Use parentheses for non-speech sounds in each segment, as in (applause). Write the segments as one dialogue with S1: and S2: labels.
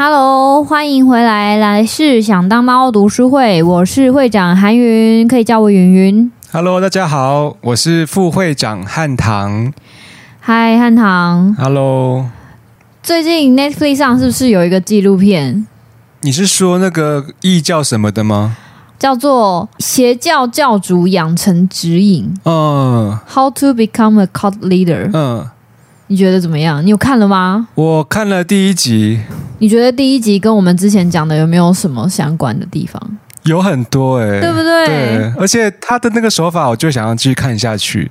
S1: Hello，欢迎回来，来是想当猫读书会，我是会长韩云，可以叫我云云。
S2: Hello，大家好，我是副会长汉唐。
S1: 嗨，汉唐，
S2: Hello，
S1: 最近 Netflix 上是不是有一个纪录片
S2: 你是说那个异教什么的吗？
S1: 叫做《邪教教主养成指引
S2: 嗯》
S1: （How to Become a Cult Leader）？
S2: 嗯，
S1: 你觉得怎么样？你有看了吗？
S2: 我看了第一集，
S1: 你觉得第一集跟我们之前讲的有没有什么相关的地方？
S2: 有很多哎、
S1: 对不对
S2: 而且他的那个手法，我就想要继续看下去。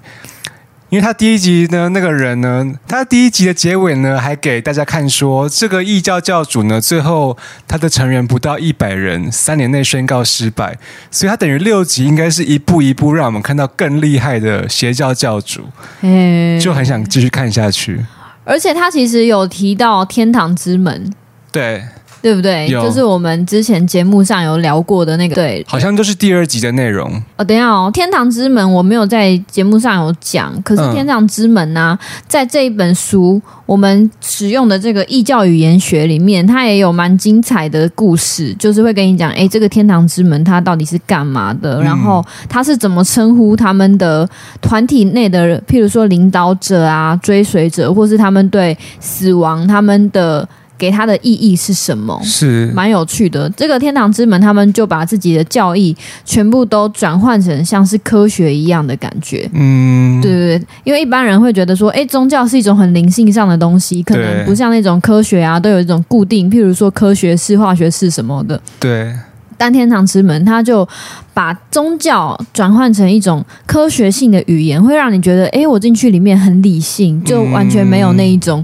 S2: 因为他第一集呢，那个人呢，他第一集的结尾呢，还给大家看说，这个异教教主呢，最后他的成员不到一百人，三年内宣告失败，所以他等于六集应该是一步一步让我们看到更厉害的邪教教主，
S1: 嘿
S2: 就很想继续看下去。
S1: 而且他其实有提到天堂之门，
S2: 对，
S1: 对不对？
S2: 有
S1: 就是我们之前节目上有聊过的那个。对，
S2: 好像就是第二集的内容。
S1: 哦，等一下哦，天堂之门我没有在节目上有讲，可是
S2: 嗯
S1: 天堂之门呢、在这一本书我们使用的这个异教语言学里面，它也有蛮精彩的故事，就是会跟你讲，诶，这个天堂之门它到底是干嘛的，
S2: 嗯
S1: 然后它是怎么称呼他们的团体内的，譬如说领导者啊、追随者，或是他们对死亡他们的给他的意义是什么？
S2: 是
S1: 蛮有趣的。这个天堂之门，他们就把自己的教义全部都转换成像是科学一样的感觉。
S2: 嗯，
S1: 对对对，因为一般人会觉得说，诶，宗教是一种很灵性上的东西，可能
S2: 对
S1: 不像那种科学啊，都有一种固定，譬如说科学是、化学是什么的。
S2: 对，
S1: 但天堂之门，它就把宗教转换成一种科学性的语言，会让你觉得，诶，我进去里面很理性，就完全没有那一种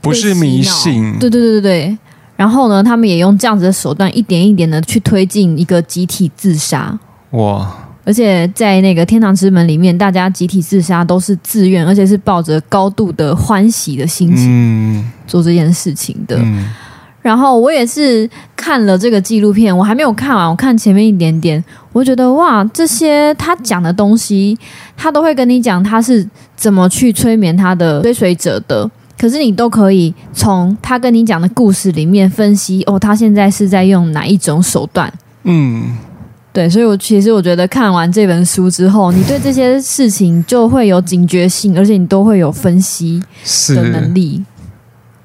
S2: 不是迷
S1: 被洗脑
S2: 信，
S1: 对对对对对。然后呢，他们也用这样子的手段，一点一点的去推进一个集体自杀。
S2: 哇，
S1: 而且在那个天堂之门里面，大家集体自杀都是自愿，而且是抱着高度的欢喜的心情
S2: 嗯
S1: 做这件事情的。
S2: 嗯，
S1: 然后我也是看了这个纪录片，我还没有看完，我看前面一点点，我觉得哇，这些他讲的东西，他都会跟你讲他是怎么去催眠他的追随者的。可是你都可以从他跟你讲的故事里面分析哦，他现在是在用哪一种手段。
S2: 嗯，
S1: 对，所以我其实我觉得看完这本书之后，你对这些事情就会有警觉性，而且你都会有分析的能
S2: 是，
S1: 力，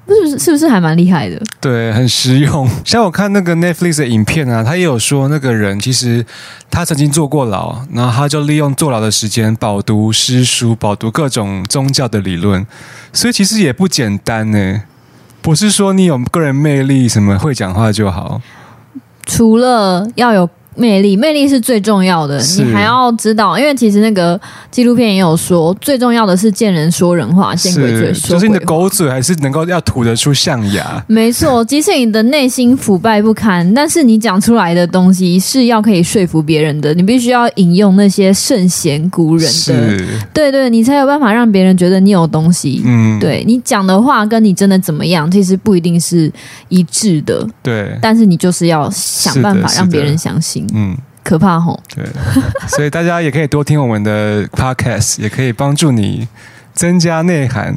S1: 是不是？是不是还蛮厉害的？
S2: 对，很实用。像我看那个 Netflix 的影片啊，他也有说那个人其实他曾经坐过牢，然后他就利用坐牢的时间饱读诗书，饱读各种宗教的理论，所以其实也不简单呢。不是说你有个人魅力，什么会讲话就好，
S1: 除了要有魅力，魅力是最重要的，
S2: 是
S1: 你还要知道，因为其实那个纪录片也有说，最重要的是见人说人话，见鬼
S2: 是，
S1: 嘴说
S2: 就
S1: 鬼
S2: 是你的
S1: 话。
S2: 狗嘴还是能够要吐得出象牙。
S1: 没错，即使你的内心腐败不堪，但是你讲出来的东西是要可以说服别人的，你必须要引用那些圣贤古人的，
S2: 是，
S1: 对对，你才有办法让别人觉得你有东西。
S2: 嗯，
S1: 对你讲的话跟你真的怎么样，其实不一定是一致的，
S2: 对，
S1: 但是你就是要想
S2: 是的
S1: 办法
S2: 是
S1: 让别
S2: 的
S1: 人相信，
S2: 嗯。
S1: 可怕吼。
S2: 对， (laughs) 所以大家也可以多听我们的 podcast，也可以帮助你增加内涵。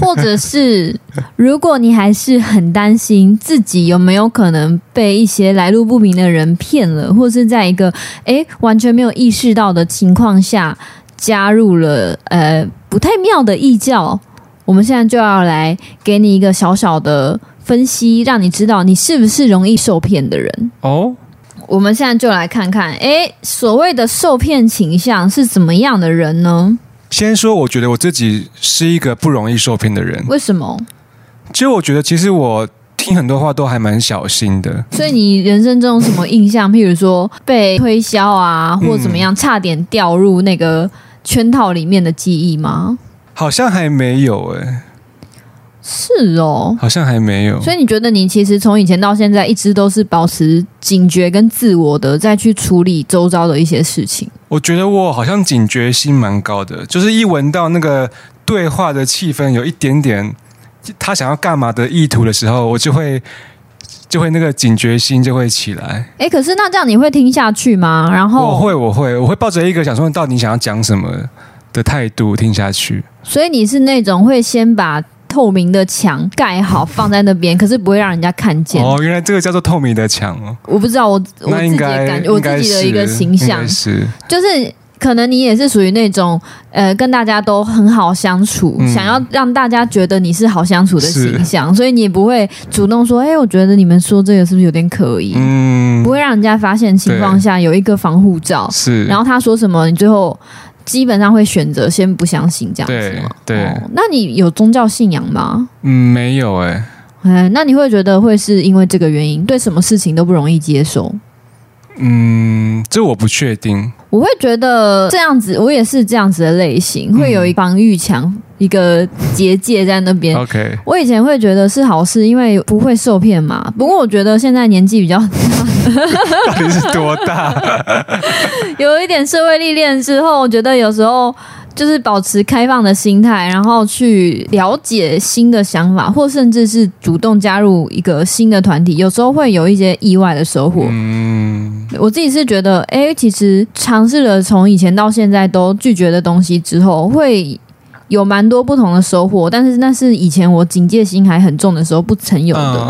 S1: 或者是，如果你还是很担心自己有没有可能被一些来路不明的人骗了，或是在一个诶完全没有意识到的情况下加入了呃不太妙的异教，我们现在就要来给你一个小小的分析，让你知道你是不是容易受骗的人。
S2: 哦，
S1: 我们现在就来看看，诶，所谓的受骗倾向是怎么样的人呢？
S2: 先说，我觉得我自己是一个不容易受骗的人。
S1: 为什么？
S2: 就我觉得，其实我听很多话都还蛮小心的。
S1: 所以你人生中有什么印象？譬如说被推销啊，
S2: 嗯
S1: 或怎么样，差点掉入那个圈套里面的记忆吗？
S2: 好像还没有诶、
S1: 是哦。
S2: 好像还没有。
S1: 所以你觉得你其实从以前到现在一直都是保持警觉跟自我的，再去处理周遭的一些事情。
S2: 我觉得我好像警觉心蛮高的，就是一闻到那个对话的气氛有一点点他想要干嘛的意图的时候，我就会就会那个警觉心就会起来。
S1: 诶，可是那这样你会听下去吗？然
S2: 我
S1: 后，
S2: 会，我会，我会抱着一个想说到底想要讲什么的态度听下去。
S1: 所以你是那种会先把透明的墙盖好放在那边，可是不会让人家看见。
S2: 哦，原来这个叫做透明的墙哦。
S1: 我不知道我我
S2: 那
S1: 自
S2: 应
S1: 己
S2: 该
S1: 的感觉，我自己的一个形
S2: 应
S1: 象
S2: 该是
S1: 就是。可能你也是属于那种，呃，跟大家都很好相处，
S2: 嗯
S1: 想要让大家觉得你是好相处的
S2: 是
S1: 形象，所以你也不会主动说，哎、我觉得你们说这个是不是有点可疑？
S2: 嗯
S1: 不，会让人家发现情况下有一个防护罩，
S2: 是，
S1: 然后他说什么，你最后基本上会选择先不相信这样子
S2: 对
S1: 吗？
S2: 对，
S1: 哦那你有宗教信仰吗？
S2: 嗯，没有哎、
S1: 哎，那你会觉得会是因为这个原因，对什么事情都不容易接受？
S2: 嗯，这我不确定。
S1: 我会觉得这样子，我也是这样子的类型，会有一防御墙，一个结界在那边。
S2: OK，
S1: 我以前会觉得是好事，因为不会受骗嘛。不过我觉得现在年纪比较 (laughs)
S2: 到底是多大？
S1: 有一点社会历练之后，我觉得有时候就是保持开放的心态，然后去了解新的想法，或甚至是主动加入一个新的团体，有时候会有一些意外的收获。
S2: 嗯，
S1: 我自己是觉得，哎、其实尝试了从以前到现在都拒绝的东西之后，会。有蛮多不同的收获，但是那是以前我警戒心还很重的时候不曾有
S2: 嗯
S1: 的。
S2: 嗯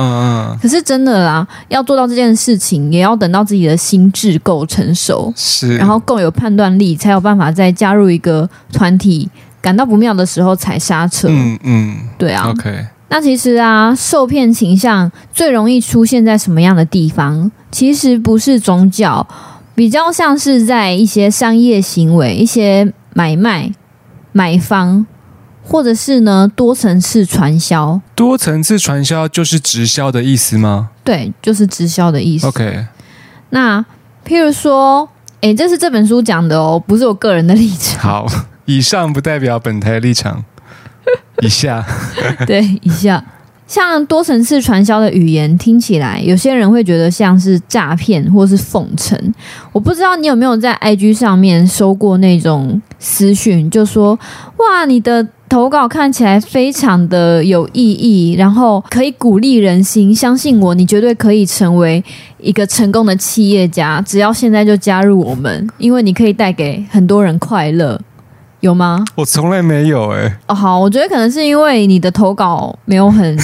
S2: 嗯，
S1: 可是真的啦，要做到这件事情，也要等到自己的心智够成熟。
S2: 是。
S1: 然后更有判断力，才有办法在加入一个团体感到不妙的时候踩刹车。
S2: 嗯嗯
S1: 对啊，
S2: ，OK，
S1: 那其实啊，受骗倾向最容易出现在什么样的地方？其实不是宗教，比较像是在一些商业行为、一些买卖、买方，或者是呢多层次传销。
S2: 多层次传销就是直销的意思吗
S1: 对，就是直销的意思。
S2: ？OK，
S1: 那譬如说，诶，这是这本书讲的哦，不是我个人的立场。
S2: 好，以上不代表本台立场。 (laughs) 以下，
S1: 对，一下。像多层次传销的语言听起来，有些人会觉得像是诈骗或是奉承。我不知道你有没有在 IG 上面收过那种私讯，就说哇，你的投稿看起来非常的有意义，然后可以鼓励人心，相信我，你绝对可以成为一个成功的企业家，只要现在就加入我们，因为你可以带给很多人快乐，有吗？
S2: 我从来没有哎、
S1: 哦，好，我觉得可能是因为你的投稿没有
S2: (laughs)
S1: 很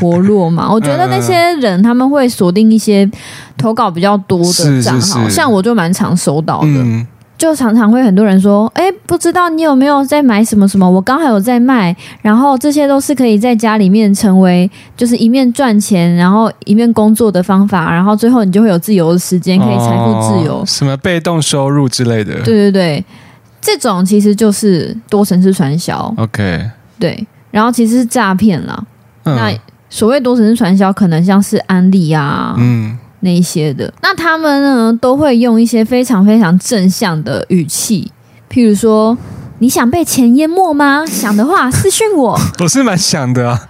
S1: 活络嘛。我觉得那些人他们会锁定一些投稿比较多
S2: 是
S1: 的账号，
S2: 是是
S1: 像我就蛮常收到的，
S2: 嗯，
S1: 就常常会很多人说，哎、不知道你有没有在买什么什么，我刚好有在卖，然后这些都是可以在家里面成为就是一面赚钱，然后一面工作的方法，然后最后你就会有自由的时间，可以财富自由。
S2: 哦什么被动收入之类的。
S1: 对对对，这种其实就是多层次传销。
S2: ，OK，
S1: 对，然后其实是诈骗啦。
S2: 嗯
S1: 那所谓多层次传销，可能像是安利啊、
S2: 嗯
S1: 那一些的。那他们呢，都会用一些非常非常正向的语气，譬如说。你想被钱淹没吗？想的话私讯我， (laughs)
S2: 我是蛮想的啊。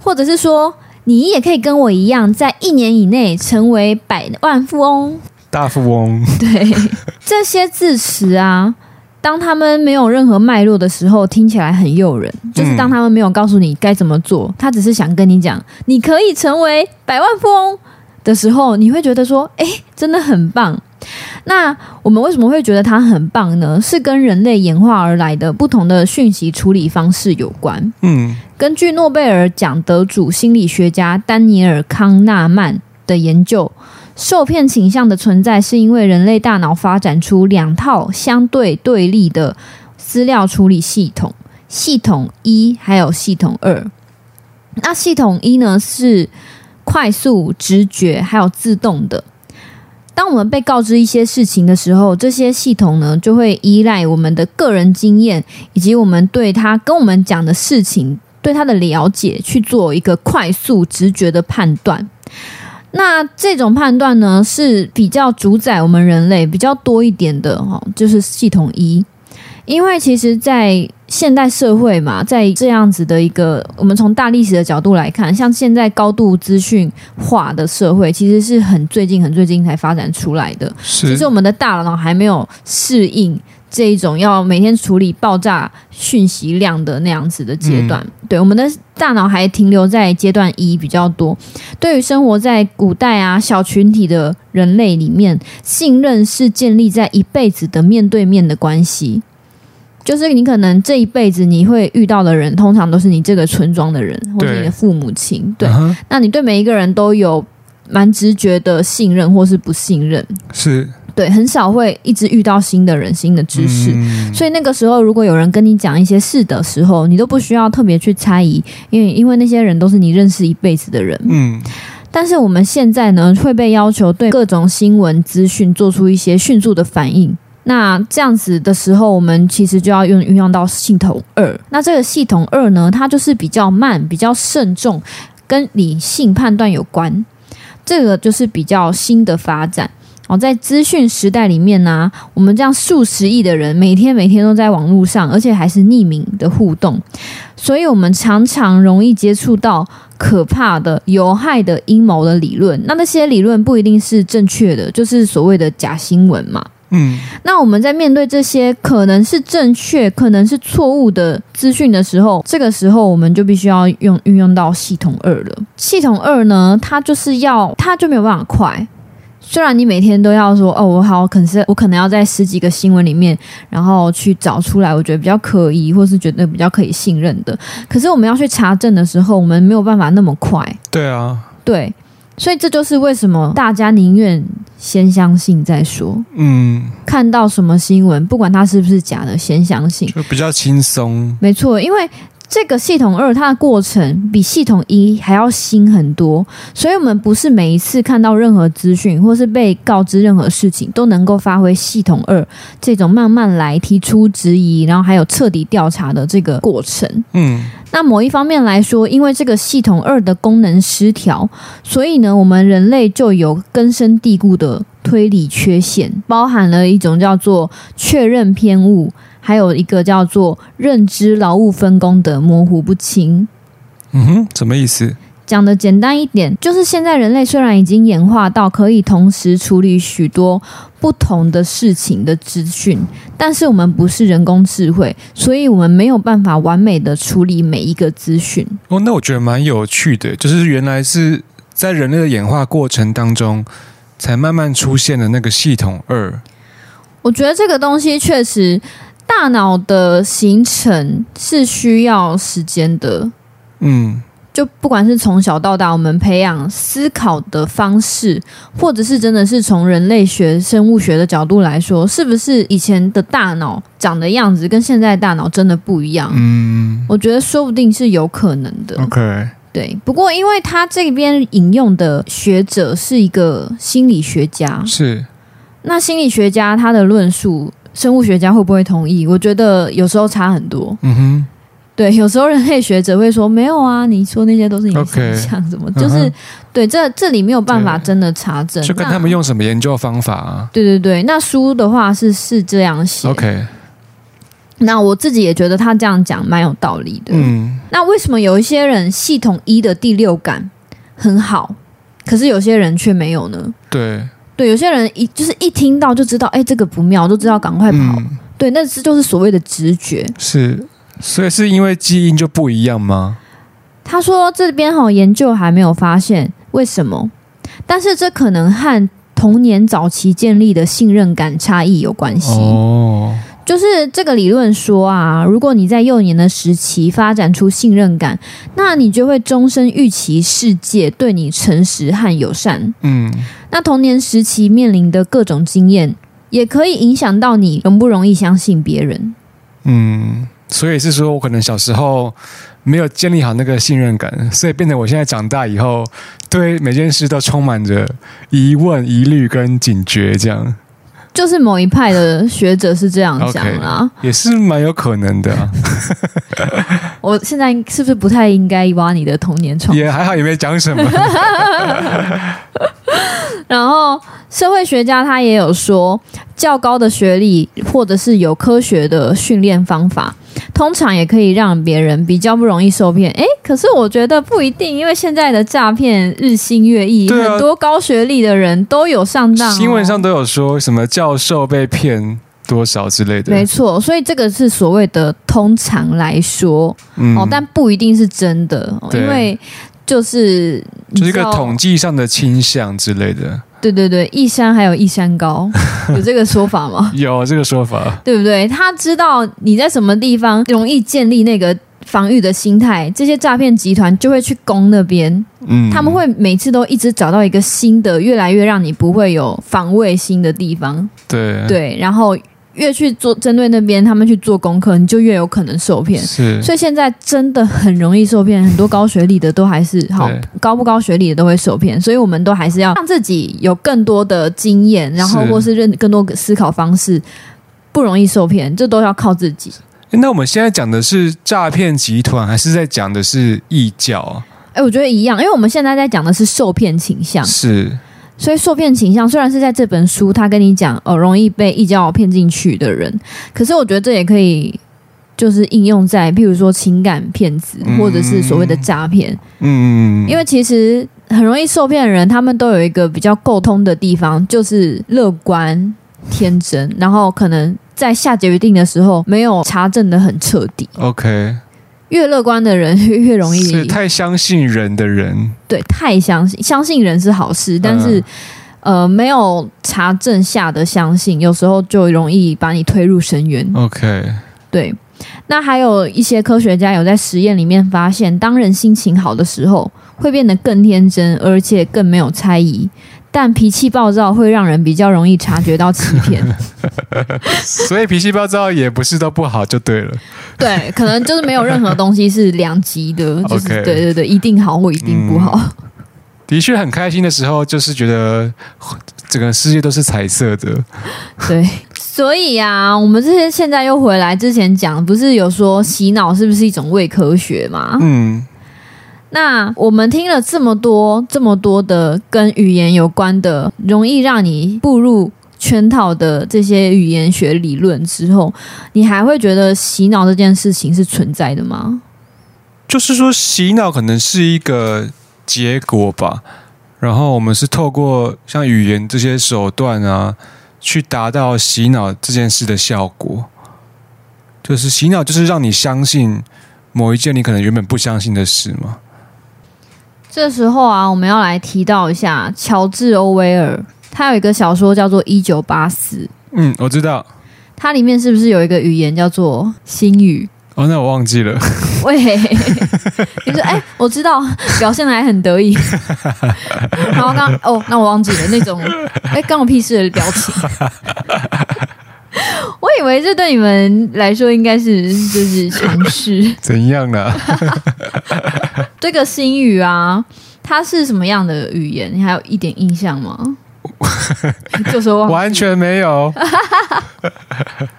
S1: 或者是说你也可以跟我一样，在一年以内成为百万富翁。
S2: 大富翁，
S1: 对，这些字词啊，当他们没有任何脉络的时候，听起来很诱人。就是当他们没有告诉你该怎么做，他只是想跟你讲，你可以成为百万富翁的时候，你会觉得说，哎、真的很棒。那我们为什么会觉得它很棒呢？是跟人类演化而来的不同的讯息处理方式有关。
S2: 嗯
S1: 根据诺贝尔奖得主心理学家丹尼尔·康纳曼的研究，受骗倾向的存在是因为人类大脑发展出两套相对对立的资料处理系统，系统一还有系统二。那系统一呢是快速、直觉还有自动的。当我们被告知一些事情的时候，这些系统呢就会依赖我们的个人经验以及我们对他跟我们讲的事情对他的了解去做一个快速直觉的判断。那这种判断呢是比较主宰我们人类比较多一点的哦，就是系统一。因为其实，在现代社会嘛，在这样子的一个，我们从大历史的角度来看，像现在高度资讯化的社会，其实是很最近、很最近才发展出来的。其
S2: 是
S1: 实我们的大脑还没有适应这一种要每天处理爆炸讯息量的那样子的阶
S2: 嗯
S1: 段。对，我们的大脑还停留在阶段一比较多。对于生活在古代啊小群体的人类里面，信任是建立在一辈子的面对面的关系。就是你可能这一辈子你会遇到的人，通常都是你这个村庄的人，或
S2: 对
S1: 是你的父母亲。对，
S2: 嗯哼
S1: 那你对每一个人都有蛮直觉的信任或是不信任，
S2: 是
S1: 对，很少会一直遇到新的人、新的知识。
S2: 嗯
S1: 所以那个时候，如果有人跟你讲一些事的时候，你都不需要特别去猜疑，因为因为那些人都是你认识一辈子的人。
S2: 嗯，
S1: 但是我们现在呢，会被要求对各种新闻资讯做出一些迅速的反应。那这样子的时候，我们其实就要用运用到系统二。那这个系统二呢，它就是比较慢、比较慎重，跟理性判断有关。这个就是比较新的发展哦，在资讯时代里面呢、我们这样数十亿的人，每天每天都在网络上，而且还是匿名的互动，所以我们常常容易接触到可怕的、有害的阴谋的理论。那那些理论不一定是正确的，就是所谓的假新闻嘛。
S2: 嗯，
S1: 那我们在面对这些可能是正确、可能是错误的资讯的时候，这个时候我们就必须要用运用到系统二了。系统二呢，它就是要，它就没有办法快。虽然你每天都要说哦，我好，可能是我可能要在十几个新闻里面，然后去找出来我觉得比较可疑，或是觉得比较可以信任的。可是我们要去查证的时候，我们没有办法那么快，
S2: 对啊，
S1: 对。所以这就是为什么大家宁愿先相信再说。
S2: 嗯，
S1: 看到什么新闻，不管它是不是假的，先相信。
S2: 就比较轻松，
S1: 没错，因为这个系统二它的过程比系统一还要新很多，所以我们不是每一次看到任何资讯或是被告知任何事情都能够发挥系统二这种慢慢来、提出质疑，然后还有彻底调查的这个过程。
S2: 嗯，
S1: 那某一方面来说，因为这个系统二的功能失调，所以呢，我们人类就有根深蒂固的推理缺陷，包含了一种叫做确认偏误，还有一个叫做认知劳务分工的模糊不清。
S2: 嗯哼，什么意思？
S1: 讲的简单一点，就是现在人类虽然已经演化到可以同时处理许多不同的事情的资讯，但是我们不是人工智慧，所以我们没有办法完美的处理每一个资讯。
S2: 哦，那我觉得蛮有趣的，就是原来是在人类的演化过程当中，才慢慢出现的那个系统二。
S1: 我觉得这个东西确实，大脑的形成是需要时间的。
S2: 嗯，
S1: 就不管是从小到大，我们培养思考的方式，或者是真的是从人类学、生物学的角度来说，是不是以前的大脑长的样子跟现在的大脑真的不一样？
S2: 嗯
S1: 我觉得说不定是有可能的。
S2: ，OK，
S1: 对，不过因为他这边引用的学者是一个心理学家，
S2: 是，
S1: 那心理学家他的论述，生物学家会不会同意？我觉得有时候差很多。
S2: 嗯
S1: 对，有时候人类学者会说没有啊，你说那些都是你的
S2: OK
S1: 想象，什么
S2: 嗯哼
S1: 就是、对这这里没有办法
S2: 对
S1: 真的查证。
S2: 哼，就看
S1: 那
S2: 他们用什么研究方法啊
S1: 对对对，那书的话是是这样写。
S2: ？OK，
S1: 那我自己也觉得他这样讲蛮有道理的。
S2: 嗯，
S1: 那为什么有一些人系统一的第六感很好，可是有些人却没有呢？
S2: 对，
S1: 对，有些人一就是一听到就知道，哎，这个不妙，就知道赶快跑。
S2: 嗯，
S1: 对，那是就是所谓的直觉。
S2: 是，所以是因为基因就不一样吗？
S1: 他说这边好研究还没有发现为什么，但是这可能和童年早期建立的信任感差异有关系。
S2: 哦，
S1: 就是这个理论说啊，如果你在幼年的时期发展出信任感，那你就会终身预期世界对你诚实和友善。
S2: 嗯，
S1: 那童年时期面临的各种经验，也可以影响到你容不容易相信别人。
S2: 嗯，所以是说我可能小时候没有建立好那个信任感，所以变得我现在长大以后，对每件事都充满着疑问、疑虑跟警觉，这样
S1: 就是某一派的学者是这样讲
S2: OK
S1: 啦。
S2: 也是蛮有可能的、
S1: (laughs)
S2: 啊。
S1: 我现在是不是不太应该挖你的童年创
S2: 也还好，也没
S1: (laughs)
S2: 讲什么。
S1: 然后社会学家他也有说，较高的学历或者是有科学的训练方法，通常也可以让别人比较不容易受骗。诶，可是我觉得不一定，因为现在的诈骗日新月异，
S2: 对啊
S1: 很多高学历的人都有上当哦、
S2: 新闻上都有说什么教授被骗多少之类的，
S1: 没错，所以这个是所谓的通常来说、
S2: 嗯
S1: 哦，但不一定是真的，哦
S2: 对
S1: 因为就是
S2: 就是
S1: 你知
S2: 一个
S1: 道
S2: 统计上的倾向之类的。
S1: 对对对，一山还有一山高，有这个说法吗？
S2: 有这个说法，
S1: 对不对？他知道你在什么地方容易建立那个防御的心态，这些诈骗集团就会去攻那边，
S2: 嗯，
S1: 他们会每次都一直找到一个新的，越来越让你不会有防卫心的地方，
S2: 对
S1: 对，然后越去做针对那边，他们去做功课，你就越有可能受骗。
S2: 是
S1: 所以现在真的很容易受骗，很多高学历的都还是好
S2: 对
S1: 高不高学历的都会受骗，所以我们都还是要让自己有更多的经验，然后
S2: 是
S1: 或是认更多思考方式，不容易受骗，这都要靠自己。
S2: 诶那我们现在讲的是诈骗集团，还是在讲的是异教啊？
S1: 哎，我觉得一样，因为我们现在在讲的是受骗倾向，
S2: 是，
S1: 所以受骗倾向虽然是在这本书他跟你讲哦，容易被异教骗进去的人，可是我觉得这也可以就是应用在譬如说情感骗子
S2: 嗯
S1: 或者是所谓的诈骗，
S2: 嗯，
S1: 因为其实很容易受骗的人，他们都有一个比较沟通的地方，就是乐观、天真，然后可能在下决定的时候没有查证的很彻底。
S2: OK，
S1: 越乐观的人越越容易
S2: 是太相信人的人，
S1: 对太相信，相信人是好事，但是。
S2: 嗯
S1: 呃，没有查证下的相信，有时候就容易把你推入深渊。
S2: OK，
S1: 对，那还有一些科学家有在实验里面发现，当人心情好的时候，会变得更天真，而且更没有猜疑。但脾气暴躁会让人比较容易察觉到欺骗，
S2: 所以脾气暴躁也不是都不好就对了。
S1: 对，可能就是没有任何东西是两极的，就是
S2: OK
S1: 对对对，一定好或一定不好，
S2: 的确很开心的时候，就是觉得整个世界都是彩色的。
S1: (laughs) 对。所以啊，我们这些现在又回来之前讲，不是有说洗脑是不是一种伪科学吗？
S2: 嗯，
S1: 那我们听了这么多、这么多的跟语言有关的，容易让你步入圈套的这些语言学理论之后，你还会觉得洗脑这件事情是存在的吗？
S2: 就是说洗脑可能是一个结果吧，然后我们是透过像语言这些手段啊，去达到洗脑这件事的效果。就是洗脑，就是让你相信某一件你可能原本不相信的事嘛。
S1: 这时候啊，我们要来提到一下乔治·欧威尔，他有一个小说叫做《一九八四》，
S2: 嗯，我知道。
S1: 它里面是不是有一个语言叫做新语？
S2: 哦，那我忘记了。 (laughs)
S1: 喂，你说哎、我知道，表现的还很得意。 (laughs) 然后刚哦，那我忘记了那种哎，关、我屁事的表情。 (laughs) 我以为这对你们来说应该是就是尝试
S2: 怎样啊呢？
S1: 这个新语啊，它是什么样的语言？你还有一点印象吗？就说忘记
S2: 完全没 (laughs) 有。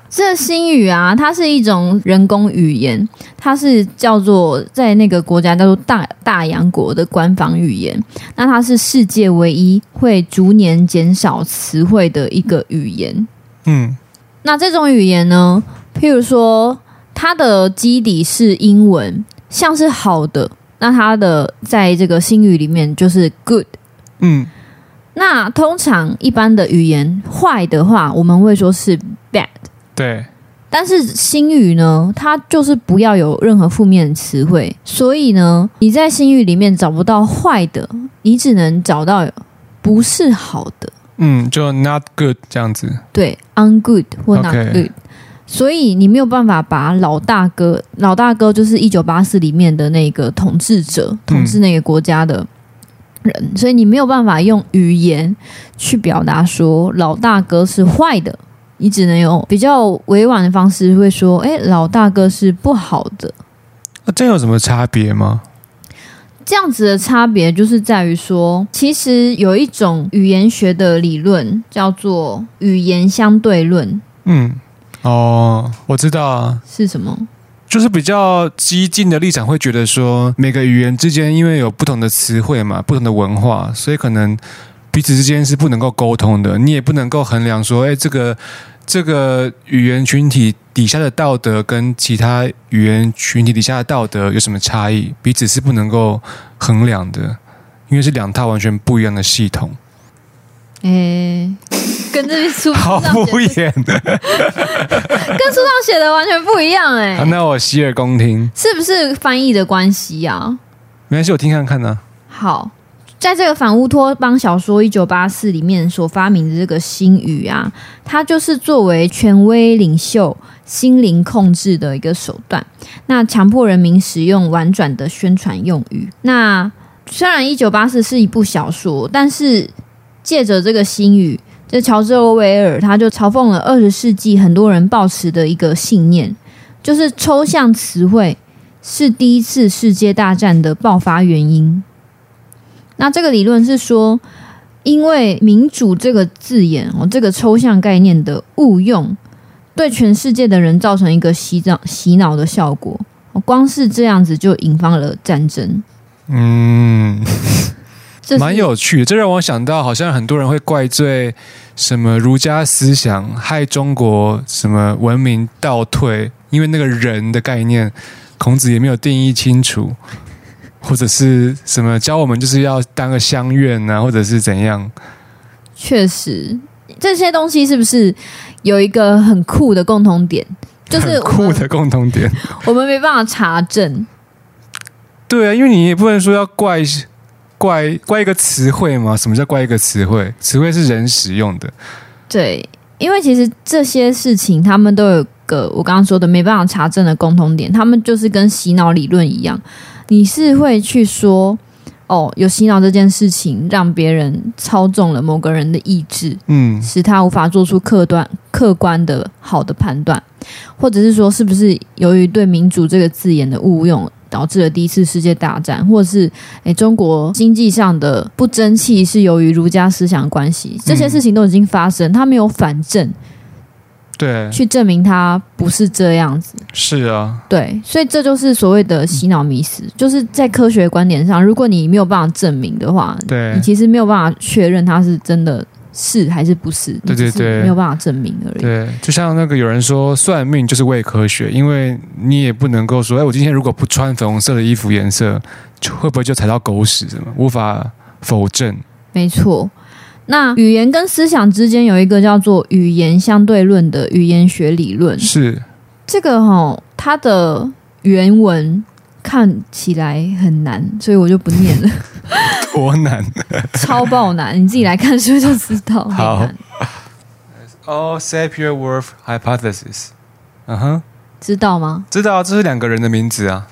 S1: 这新语啊，它是一种人工语言，它是叫做在那个国家叫做大大洋国的官方语言。那它是世界唯一会逐年减少词汇的一个语言。
S2: 嗯
S1: 那这种语言呢，譬如说它的基底是英文，像是好的，那它的在这个新语里面就是 good。
S2: 嗯，
S1: 那通常一般的语言坏的话，我们会说是 bad。
S2: 对，
S1: 但是新语呢，它就是不要有任何负面词汇，所以呢，你在新语里面找不到坏的，你只能找到不是好的，
S2: 嗯，就 not good 这样子。
S1: 对，ungood 或 not
S2: OK
S1: good。所以你没有办法把老大哥，老大哥就是一九八四里面的那个统治者，统治那个国家的人，所以你没有办法用语言去表达说老大哥是坏的，你只能用比较委婉的方式会说，哎、老大哥是不好的。
S2: 那、啊这有什么差别吗？
S1: 这样子的差别就是在于说，其实有一种语言学的理论叫做语言相对论，
S2: 嗯，哦，我知道啊，
S1: 是什么？
S2: 就是比较激进的立场会觉得说，每个语言之间因为有不同的词汇嘛，不同的文化，所以可能彼此之间是不能够沟通的，你也不能够衡量说，哎，这个这个语言群体底下的道德跟其他语言群体底下的道德有什么差异，彼此是不能够衡量的，因为是两套完全不一样的系统。
S1: 诶、哎跟这边书
S2: 好
S1: 上写
S2: 敷衍
S1: 跟书上写的完全不一样哎诶、
S2: 啊！那我洗耳恭听，
S1: 是不是翻译的关系啊？
S2: 没关系，我听看看呢、啊
S1: 好，在这个反乌托邦小说《一九八四》里面所发明的这个新语啊，它就是作为权威领袖心灵控制的一个手段，那强迫人民使用婉转的宣传用语。那虽然《一九八四》是一部小说，但是借着这个新语，这乔治·欧威尔他就嘲讽了二十世纪很多人抱持的一个信念，就是抽象词汇是第一次世界大战的爆发原因。那这个理论是说，因为“民主”这个字眼哦，这个抽象概念的误用，对全世界的人造成一个洗脑洗脑的效果。哦光是这样子就引发了战争，
S2: 嗯，
S1: 这是
S2: 蛮有趣的。这让我想到，好像很多人会怪罪什么儒家思想害中国什么文明倒退，因为那个人的概念，孔子也没有定义清楚， (laughs) 或者是什么教我们就是要当个乡愿啊，或者是怎样。
S1: 确实，这些东西是不是有一个很酷的共同点？就是
S2: 很
S1: 我
S2: 酷
S1: 们
S2: 的共同点。
S1: 我们没办法查证。
S2: 对啊，因为你也不能说要怪怪怪一个词汇嘛。什么叫怪一个词汇？词汇是人使用的。
S1: 对，因为其实这些事情他们都有个我刚刚说的没办法查证的共同点，他们就是跟洗脑理论一样，你是会去说哦，有洗脑这件事情让别人操纵了某个人的意志，
S2: 嗯，
S1: 使他无法做出客观客观的好的判断，或者是说，是不是由于对“民主”这个字眼的误用，导致了第一次世界大战，或者是诶中国经济上的不争气是由于儒家思想的关系，这些事情都已经发生，他没有反证
S2: 嗯对，
S1: 去证明他不是这样子，
S2: 是啊，
S1: 对，所以这就是所谓的洗脑迷思，就是在科学观点上，如果你没有办法证明的话，
S2: 对
S1: 你，其实没有办法确认他是真的是还是不是，你
S2: 对对
S1: 只是
S2: 对
S1: 没有办法证明而已。
S2: 对。就像那个有人说，算命就是伪科学，因为你也不能够说，哎，我今天如果不穿粉红色的衣服颜色，就会不会就踩到狗屎什么，无法否证。
S1: 没错。那语言跟思想之间有一个叫做语言相对论的语言学理论，
S2: 是，
S1: 这个哈、它的原文看起来很难，所以我就不念
S2: (laughs)
S1: 了，
S2: 多难。
S1: 超爆难，你自己来看书就知道。很
S2: 好
S1: 难
S2: All Sapir-Whorf hypothesis。嗯哼，
S1: 知道吗？
S2: 知道这是两个人的名字啊，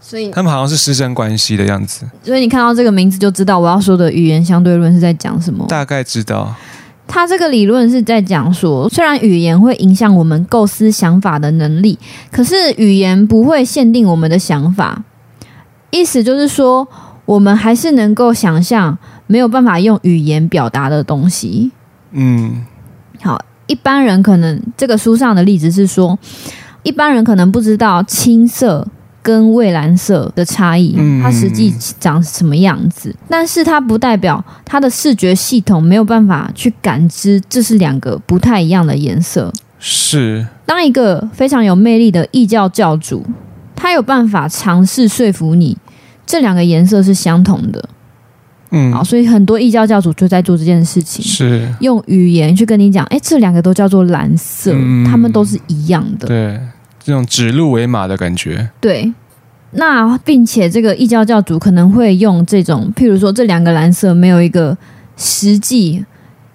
S1: 所以，
S2: 他们好像是师生关系的样子，
S1: 所以你看到这个名字就知道我要说的语言相对论是在讲什么。
S2: 大概知道。
S1: 他这个理论是在讲说，虽然语言会影响我们构思想法的能力，可是语言不会限定我们的想法。意思就是说，我们还是能够想象没有办法用语言表达的东西。
S2: 嗯，
S1: 好，一般人可能这个书上的例子是说，一般人可能不知道青色跟蔚蓝色的差异
S2: 嗯，
S1: 它实际长什么样子，但是它不代表它的视觉系统没有办法去感知这是两个不太一样的颜色。
S2: 是，
S1: 当一个非常有魅力的异教教主，他有办法尝试说服你这两个颜色是相同的。
S2: 嗯
S1: 好，，所以很多异教教主就在做这件事情。
S2: 是，
S1: 用语言去跟你讲，哎，这两个都叫做蓝色，
S2: 嗯
S1: 它们都是一样的。
S2: 对，这种指鹿为马的感觉，
S1: 对，那并且这个异教教主可能会用这种，譬如说这两个蓝色没有一个实际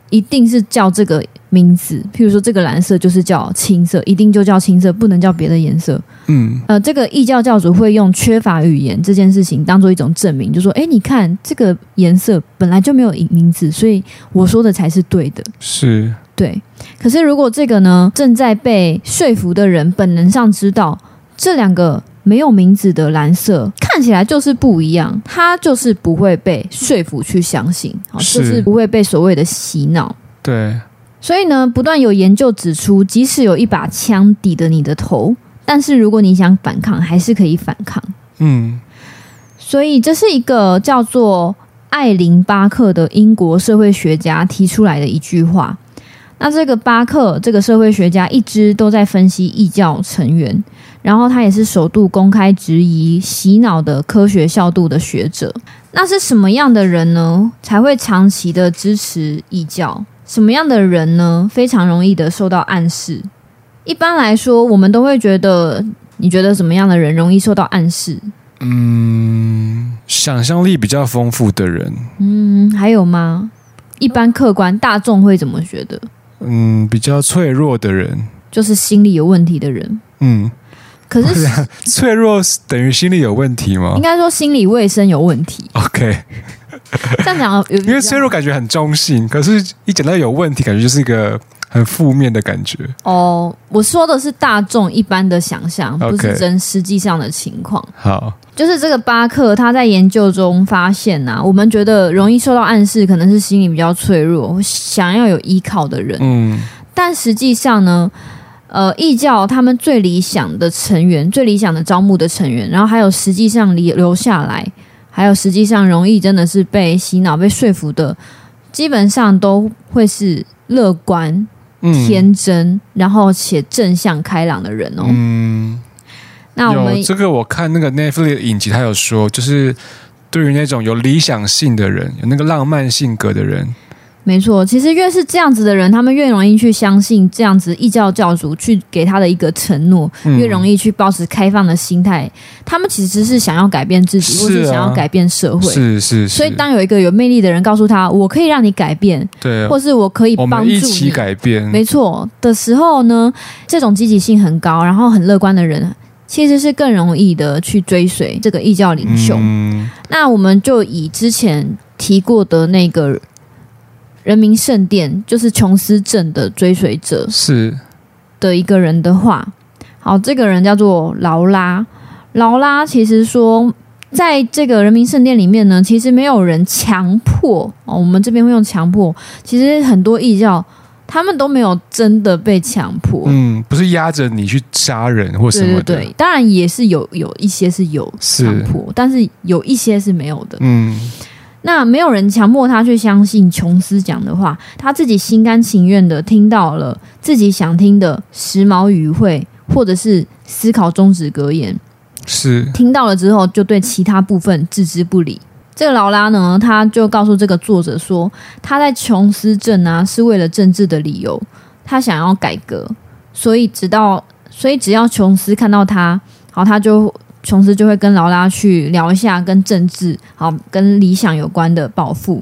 S1: 一定是叫这个名字，譬如说这个蓝色就是叫青色，一定就叫青色，不能叫别的颜色。
S2: 嗯，
S1: 呃，这个异教教主会用缺乏语言这件事情当做一种证明，就说，哎，你看这个颜色本来就没有名字，所以我说的才是对的。
S2: 是，
S1: 对，可是如果这个呢，正在被说服的人本能上知道这两个没有名字的蓝色看起来就是不一样，他就是不会被说服去相信，好，
S2: 是
S1: 就是不会被所谓的洗脑。
S2: 对，
S1: 所以呢，不断有研究指出，即使有一把枪抵着你的头，但是如果你想反抗，还是可以反抗。
S2: 嗯，
S1: 所以这是一个叫做艾琳巴克的英国社会学家提出来的一句话。那这个巴克这个社会学家一直都在分析异教成员，然后他也是首度公开质疑洗脑的科学效度的学者。那是什么样的人呢，才会长期的支持异教？什么样的人呢，非常容易的受到暗示？一般来说，我们都会觉得，你觉得什么样的人容易受到暗示？
S2: 嗯，想象力比较丰富的人，
S1: 嗯，还有吗？一般客观大众会怎么觉得？
S2: 嗯，比较脆弱的人，
S1: 就是心理有问题的人。
S2: 嗯，
S1: 可是
S2: 脆弱是等于心理有问题吗
S1: (laughs) 应该说心理卫生有问题。
S2: ？OK，
S1: 这样讲有，
S2: 因为脆弱感觉很中性，可是一讲到有问题，感觉就是一个很负面的感觉。
S1: 哦，我说的是大众一般的想象，不
S2: OK
S1: 是真实际上的情况。
S2: 好，
S1: 就是这个巴克他在研究中发现呐、我们觉得容易受到暗示，可能是心理比较脆弱、想要有依靠的人，
S2: 嗯
S1: 但实际上呢。呃，异教他们最理想的成员、最理想的招募的成员，然后还有实际上留留下来，还有实际上容易真的是被洗脑、被说服的，基本上都会是乐观、
S2: 嗯，
S1: 天真，然后且正向开朗的人哦。
S2: 嗯，
S1: 那我们
S2: 有这个，我看那个 Netflix 的影集，他有说，就是对于那种有理想性的人，有那个浪漫性格的人，
S1: 没错，其实越是这样子的人，他们越容易去相信这样子异教教主去给他的一个承诺，
S2: 嗯
S1: 越容易去保持开放的心态。他们其实是想要改变自己，
S2: 是啊
S1: 或是想要改变社会。
S2: 是是是，
S1: 所以，当有一个有魅力的人告诉他“我可以让你改变”，
S2: 对，
S1: 或是“我可以
S2: 我
S1: 帮
S2: 们
S1: 助
S2: 一起
S1: 你
S2: 改”，嗯变，
S1: 没错的时候呢，这种积极性很高，然后很乐观的人，其实是更容易的去追随这个异教领袖。
S2: 嗯
S1: 那我们就以之前提过的那个人民圣殿，就是琼斯镇的追随者
S2: 是，
S1: 的一个人的话，好，这个人叫做劳拉。劳拉其实说，在这个人民圣殿里面呢，其实没有人强迫哦，我们这边会用强迫，其实很多异教他们都没有真的被强迫。
S2: 嗯，不是压着你去杀人或什
S1: 对
S2: 么
S1: 对
S2: 的，
S1: 对，当然也是有有一些是有强
S2: 是，
S1: 迫，但是有一些是没有的。
S2: 嗯
S1: 那没有人强迫他去相信琼斯讲的话，他自己心甘情愿的听到了自己想听的时髦语汇，或者是思考终止格言。
S2: 是，
S1: 听到了之后，就对其他部分置之不理。这个劳拉呢，他就告诉这个作者说，他在琼斯镇啊是为了政治的理由，他想要改革，所以直到所以只要琼斯看到他，好，他就琼斯就会跟劳拉去聊一下跟政治好跟理想有关的抱负，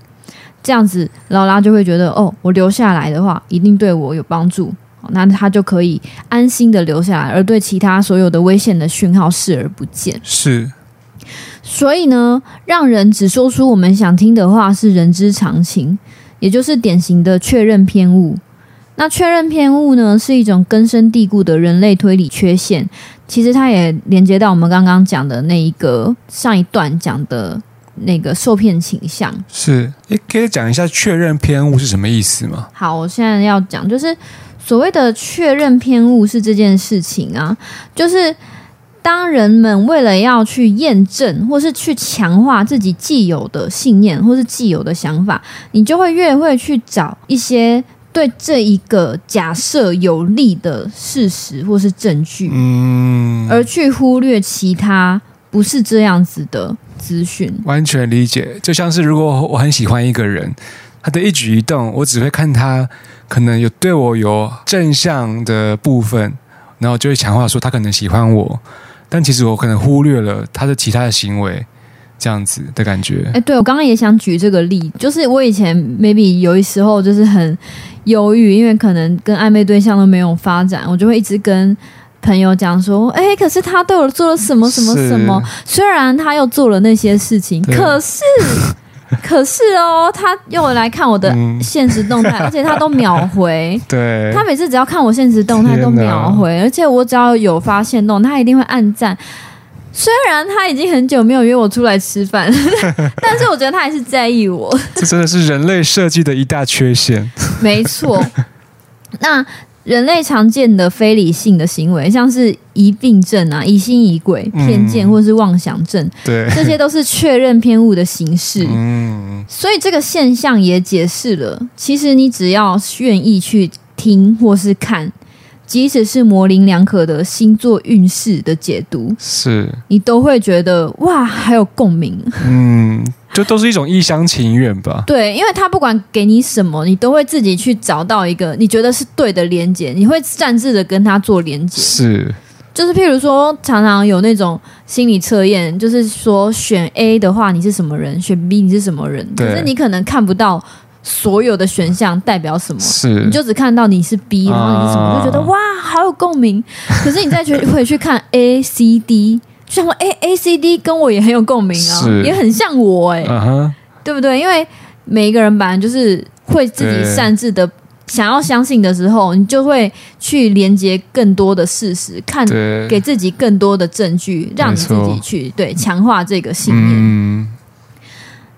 S1: 这样子劳拉就会觉得哦，我留下来的话一定对我有帮助。好那他就可以安心的留下来，而对其他所有的危险的讯号视而不见。
S2: 是，
S1: 所以呢，让人只说出我们想听的话是人之常情，也就是典型的确认偏误。那确认偏误呢，是一种根深蒂固的人类推理缺陷。其实它也连接到我们刚刚讲的那一个上一段讲的那个受骗倾向。
S2: 是，诶，可以讲一下确认偏误是什么意思吗？
S1: 好，我现在要讲就是所谓的确认偏误是这件事情啊，就是当人们为了要去验证或是去强化自己既有的信念或是既有的想法，你就会越会去找一些对这一个假设有利的事实或是证据，
S2: 嗯，
S1: 而去忽略其他不是这样子的资讯。
S2: 完全理解，就像是如果我很喜欢一个人，他的一举一动，我只会看他可能有对我有正向的部分，然后就会强化说他可能喜欢我，但其实我可能忽略了他的其他的行为，这样子的感觉
S1: 哎、。对我刚刚也想举这个例，就是我以前 maybe 有一时候就是很忧郁，因为可能跟暧昧对象都没有发展，我就会一直跟朋友讲说，哎、可是他对我做了什么什么什么，虽然他又做了那些事情，
S2: 对
S1: 可
S2: (laughs)
S1: 是可是哦，他又来看我的
S2: 嗯
S1: 现实动态，而且他都秒回。
S2: 对，
S1: 他每次只要看我现实动态都秒回，而且我只要有发现动，他一定会暗赞。虽然他已经很久没有约我出来吃饭， (laughs) 但是我觉得他还是在意我。
S2: (laughs) 这真的是人类设计的一大缺陷。
S1: 没
S2: (laughs)
S1: 错，那人类常见的非理性的行为，像是疑病症啊、疑心疑鬼、
S2: 嗯
S1: 偏见或是妄想症，
S2: 对，
S1: 这些都是确认偏误的形式。
S2: 嗯，
S1: 所以这个现象也解释了，其实你只要愿意去听或是看，即使是模棱两可的星座运势的解读，
S2: 是，
S1: 你都会觉得哇，还有共鸣。
S2: (laughs) 嗯，就都是一种一厢情愿吧。
S1: 对，因为他不管给你什么，你都会自己去找到一个你觉得是对的连接，你会擅自的跟他做连接。
S2: 是，
S1: 就是譬如说，常常有那种心理测验，就是说选 A 的话你是什么人，选 B 你是什么人，可
S2: 对
S1: 是你可能看不到所有的选项代表什么。
S2: 是
S1: 你就只看到你是 B，然后你是什么，
S2: 啊
S1: 就觉得哇，好有共鸣。 (laughs) 可是你再去回去看 A、C、D，就想说，哎，A、C、D 跟我也很有共鸣啊，
S2: 是
S1: 也很像我哎、
S2: 嗯哼，
S1: 对不对？因为每一个人本来就是会自己
S2: 对
S1: 擅自的想要相信的时候，你就会去连接更多的事实，看
S2: 对，
S1: 嗯给自己更多的证据，让你自己
S2: 错
S1: 去对强化这个信念。
S2: 嗯，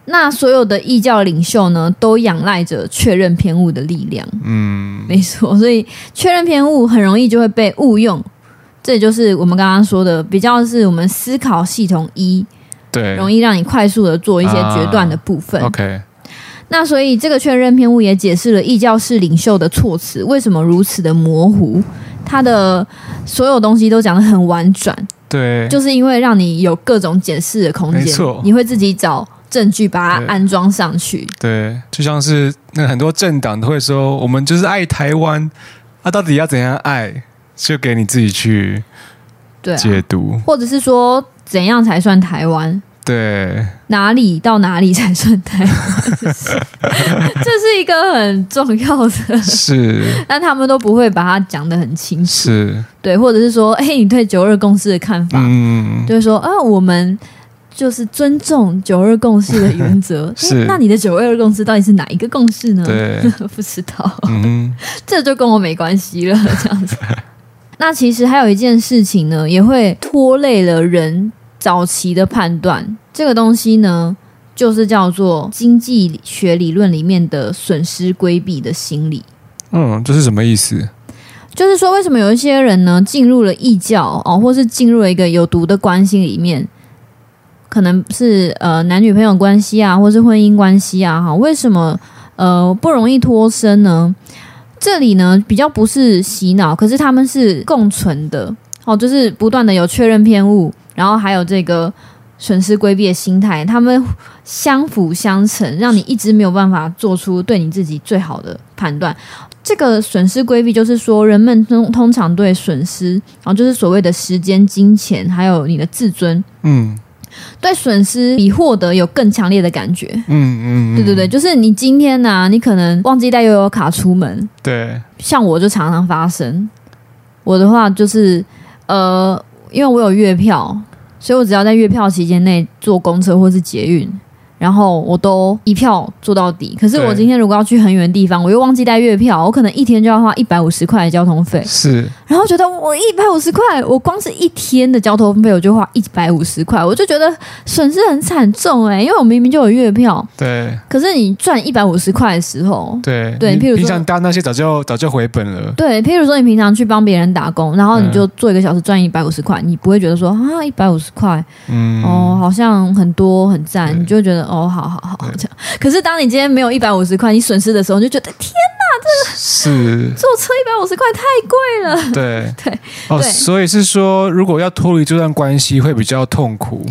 S1: 那所有的异教领袖呢，都仰赖着确认偏误的力量。嗯，没错，所以确认偏误很容易就会被误用。这也就是我们刚刚说的，比较是我们思考系统一，
S2: 对，
S1: 容
S2: 易
S1: 易让你快速的做一些决断的部分。
S2: OK，
S1: 那所以这个确认偏误也解释了异教士领袖的措辞为什么如此的模糊，他的所有东西都讲得很婉转，
S2: 对，
S1: 就是因为让你有各种解释的空
S2: 没
S1: 间
S2: 错，
S1: 你会自己找证据把它
S2: 对
S1: 安装上去。
S2: 对，就像是那很多政党都会说，我们就是爱台湾，啊，到底要怎样爱，就给你自己去
S1: 对、啊，
S2: 解读。
S1: 或者是说怎样才算台湾？
S2: 对，
S1: 哪里到哪里才算台湾？ (laughs) 这是一个很重要的， (laughs)
S2: 是
S1: 但他们都不会把它讲得很清楚。
S2: 是，
S1: 对，或者是说，哎、你对九二共识的看法，
S2: 嗯，
S1: 就是说，啊，我们就是尊重九二共识的原
S2: (laughs)
S1: 则。
S2: 是
S1: 诶那你的九二共识到底是哪一个共识呢？
S2: 对，
S1: 不知道，
S2: 嗯，
S1: 这就跟我没关系了， (laughs) 这样子。那其实还有一件事情呢，也会拖累了人早期的判断。这个东西呢，就是叫做经济学理论里面的损失规避的心理。
S2: 嗯，这是什么意思？
S1: 就是说，为什么有一些人呢进入了异教哦，或是进入了一个有毒的关系里面，可能是呃男女朋友关系啊，或是婚姻关系啊，哈，为什么呃不容易脱身呢？这里呢比较不是洗脑，可是他们是共存的哦，就是不断的有确认偏误，然后还有这个损失规避的心态，他们相辅相成，让你一直没有办法做出对你自己最好的判断。这个损失规避就是说，人们通通常对损失，然后就是所谓的时间、金钱，还有你的自尊，
S2: 嗯
S1: 对损失比获得有更强烈的感觉。
S2: 嗯嗯，
S1: 对对对，就是你今天呢、你可能忘记带悠游卡出门，
S2: 对
S1: 像我就常常发生。我的话就是，呃，因为我有月票，所以我只要在月票期间内坐公车或是捷运，然后我都一票坐到底。可是我
S2: 对
S1: 今天如果要去很远的地方，我又忘记带月票，我可能一天就要花一百五十块的交通费，
S2: 是，
S1: 然后觉得我一百五十块，我光是一天的交通费我就花一百五十块，我就觉得损失很惨重哎、因为我明明就有月票，
S2: 对
S1: 可是你赚一百五十块的时候，
S2: 对
S1: 对
S2: 你
S1: 譬如说
S2: 平常搭那些早就早就回本了，
S1: 对，譬如说你平常去帮别人打工，然后你
S2: 嗯
S1: 就做一个小时赚一百五十块，你不会觉得说啊一百五十块
S2: 嗯，
S1: 哦，好像很多很赞，
S2: 对
S1: 你就会觉得哦好好好这样。可是当你今天没有一百五十块，你损失的时候，你就觉得天，
S2: 是，
S1: 坐车一百五十块太贵了。 (laughs)
S2: 对
S1: 对
S2: 哦，
S1: 对
S2: 所以是说，如果要脱离这段关系，会比较痛苦，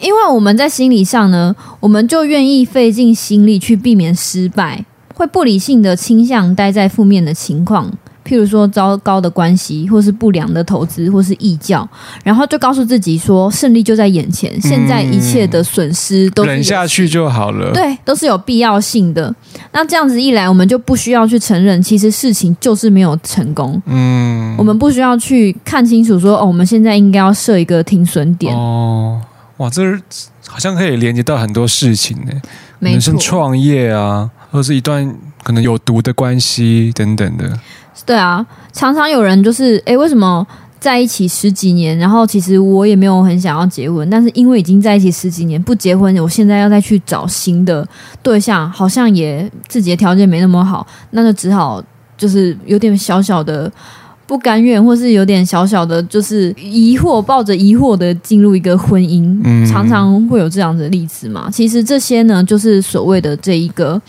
S1: 因为我们在心理上呢，我们就愿意费尽心力去避免失败，会不理性的倾向待在负面的情况，譬如说糟糕的关系，或是不良的投资，或是异教，然后就告诉自己说，胜利就在眼前，现在一切的损失都是有
S2: 嗯忍下去就好了，
S1: 对，都是有必要性的。那这样子一来，我们就不需要去承认，其实事情就是没有成功。
S2: 嗯，
S1: 我们不需要去看清楚说，哦，我们现在应该要设一个停损点。
S2: 哦，哇，这好像可以连接到很多事情呢，
S1: 没
S2: 像
S1: 错，
S2: 创业啊，或是一段可能有毒的关系等等的，
S1: 对啊，常常有人就是，诶，为什么在一起十几年，然后其实我也没有很想要结婚，但是因为已经在一起十几年不结婚，我现在要再去找新的对象，好像也自己的条件没那么好，那就只好就是有点小小的。不甘愿，或是有点小小的，就是疑惑，抱着疑惑的进入一个婚姻，
S2: 嗯
S1: 常常会有这样的例子嘛。其实这些呢，就是所谓的这一个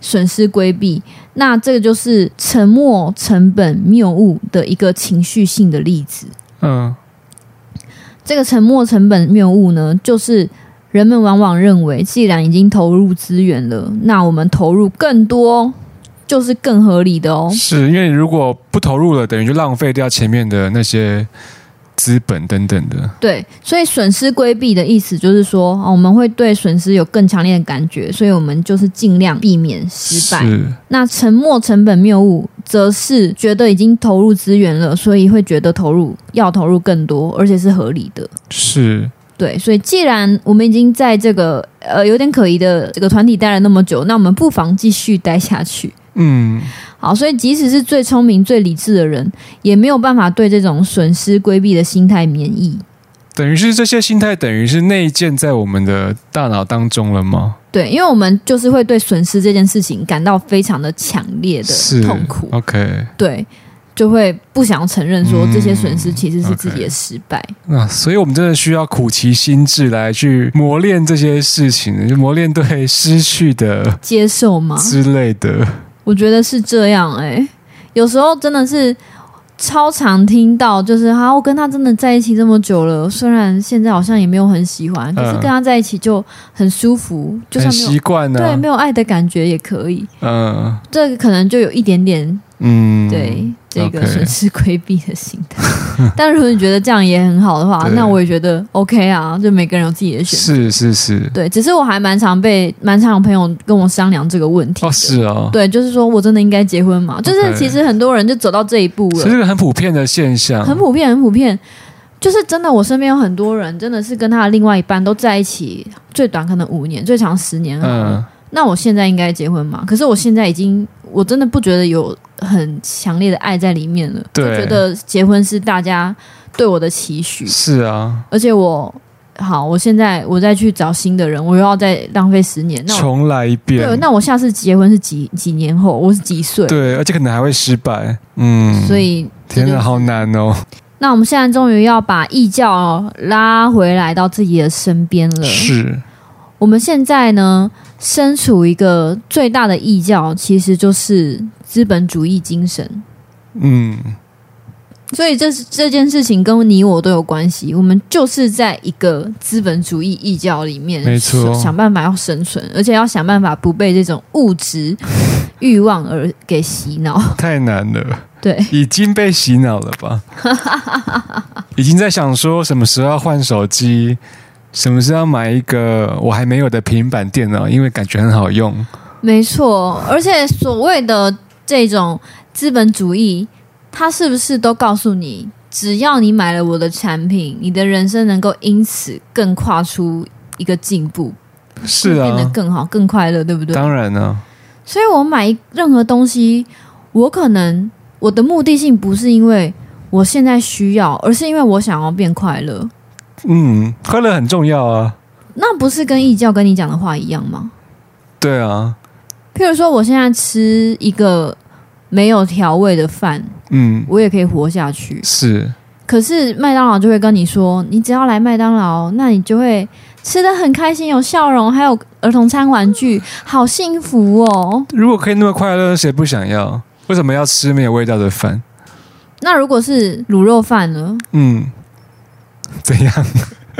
S1: 损失规避。那这个就是沉没成本谬误的一个情绪性的例子。
S2: 嗯，
S1: 这个沉没成本谬误呢，就是人们往往认为，既然已经投入资源了，那我们投入更多就是更合理的哦。
S2: 是因为如果不投入了，等于就浪费掉前面的那些资本等等的。
S1: 对，所以损失规避的意思就是说，哦我们会对损失有更强烈的感觉，所以我们就是尽量避免失败。
S2: 是
S1: 那沉没成本谬误，则是觉得已经投入资源了，所以会觉得投入要投入更多，而且是合理的。
S2: 是，
S1: 对，所以既然我们已经在这个呃有点可疑的这个团体待了那么久，那我们不妨继续待下去。
S2: 嗯，
S1: 好，所以即使是最聪明、最理智的人，也没有办法对这种损失规避的心态免疫。
S2: 等于是这些心态，等于是内建在我们的大脑当中了吗？
S1: 对，因为我们就是会对损失这件事情感到非常的强烈的
S2: 是
S1: 痛苦，
S2: OK，
S1: 对，就会不想承认说
S2: 嗯
S1: 这些损失其实是自己
S2: OK
S1: 的失败。
S2: 那所以我们真的需要苦其心志来去磨练这些事情，就磨练对失去的
S1: 接受吗？
S2: 之类的。
S1: 我觉得是这样哎、有时候真的是超常听到，就是啊，我跟他真的在一起这么久了，虽然现在好像也没有很喜欢，可是
S2: 嗯
S1: 跟他在一起就很舒服，就
S2: 很
S1: 算没
S2: 习
S1: 有、
S2: 惯
S1: 对
S2: 呢、
S1: 没有爱的感觉也可以。
S2: 嗯
S1: 这个可能就有一点点
S2: 嗯，
S1: 对、这个
S2: OK
S1: 损失规避的心态。 (laughs) 但如果你觉得这样也很好的话，
S2: 对
S1: 那我也觉得 OK 啊，就每个人有自己的选择。
S2: 是是是，
S1: 对，只是我还蛮常被蛮常有朋友跟我商量这个问题的。
S2: 哦是哦，
S1: 对，就是说我真的应该结婚嘛？就是
S2: OK
S1: 其实很多人就走到这一步
S2: 所以
S1: 了，
S2: 这个很普遍的现象，
S1: 很普遍，很普遍。就是真的，我身边有很多人真的是跟他的另外一半都在一起，最短可能五年，最长十年好了。
S2: 嗯
S1: 那我现在应该结婚嘛？可是我现在已经，我真的不觉得有很强烈的爱在里面了，就
S2: 对
S1: 觉得结婚是大家对我的期许，
S2: 是啊，
S1: 而且我好，我现在我再去找新的人，我又要再浪费十年，那我
S2: 重来一遍
S1: 对，，那我下次结婚是几几年后？我是几岁？
S2: 对，而且可能还会失败，嗯，
S1: 所以
S2: 天
S1: 这就
S2: 哪，好难哦，
S1: 那我们现在终于要把异教、拉回来到自己的身边了。
S2: 是
S1: 我们现在呢，身处一个最大的异教，其实就是资本主义精神。
S2: 嗯，
S1: 所以这是这件事情跟你我都有关系。我们就是在一个资本主义异教里面，
S2: 没错
S1: 想办法要生存，而且要想办法不被这种物质欲望而给洗脑。
S2: 太难了，
S1: 对，
S2: 已经被洗脑了
S1: (laughs)
S2: 吧？已经在想说什么时候要换手机，什么时候要买一个我还没有的平板电脑，因为感觉很好用。
S1: 没错，而且所谓的这种资本主义，它是不是都告诉你，只要你买了我的产品，你的人生能够因此更跨出一个进步，
S2: 是
S1: 变得
S2: 啊，
S1: 更好、更快乐，对不对？
S2: 当然啊呢、
S1: 所以我买任何东西，我可能我的目的性不是因为我现在需要，而是因为我想要变快乐。
S2: 嗯，快乐很重要啊，
S1: 那不是跟异教跟你讲的话一样吗？
S2: 对啊，
S1: 譬如说，我现在吃一个没有调味的饭，
S2: 嗯，
S1: 我也可以活下去。
S2: 是
S1: 可是麦当劳就会跟你说，你只要来麦当劳，那你就会吃的很开心，有笑容，还有儿童餐玩具，好幸福哦。
S2: 如果可以那么快乐，谁不想要？为什么要吃没有味道的饭？
S1: 那如果是卤肉饭呢？
S2: 嗯，怎样？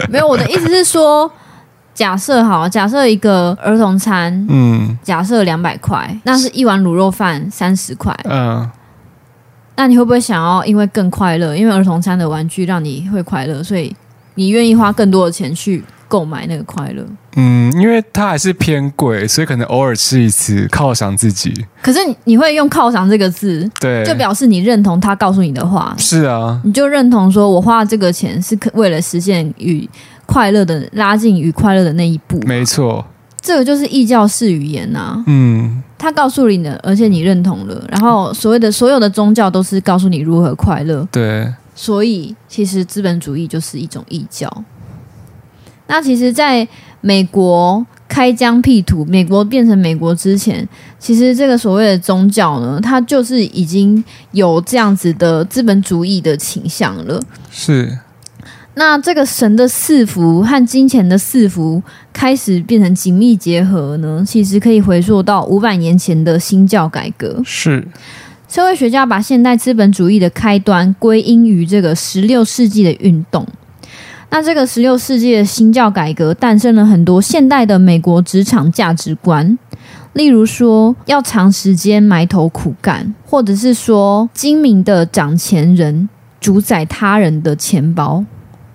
S1: 没有，我的意思是说， (laughs) 假设好，假设一个儿童餐，
S2: (laughs) 嗯
S1: 假设两百块，那是一碗卤肉饭三十块，
S2: 嗯，
S1: 那你会不会想要因为更快乐，因为儿童餐的玩具让你会快乐，所以你愿意花更多的钱去购买那个快乐？
S2: 嗯，因为它还是偏贵，所以可能偶尔吃一次犒赏自己。
S1: 可是你你会用犒赏这个字，
S2: 对，
S1: 就表示你认同他告诉你的话，
S2: 是啊，
S1: 你就认同说我花这个钱是可为了实现与快乐的拉近与快乐的那一步。
S2: 没，错。
S1: 这个就是异教式语言呐、
S2: 嗯，
S1: 他告诉你的，而且你认同了。然后所谓的所有的宗教都是告诉你如何快乐，
S2: 对，
S1: 所以其实资本主义就是一种异教。那其实，在美国开疆辟土，美国变成美国之前，其实这个所谓的宗教呢，它就是已经有这样子的资本主义的倾向了。
S2: 是
S1: 那这个神的赐福和金钱的赐福开始变成紧密结合呢，其实可以回溯到五百年前的新教改革。
S2: 是，
S1: 社会学家把现代资本主义的开端归因于这个十六世纪的运动。那这个十六世纪的新教改革诞生了很多现代的美国职场价值观，例如说要长时间埋头苦干，或者是说精明的掌钱人。主宰他人的钱包。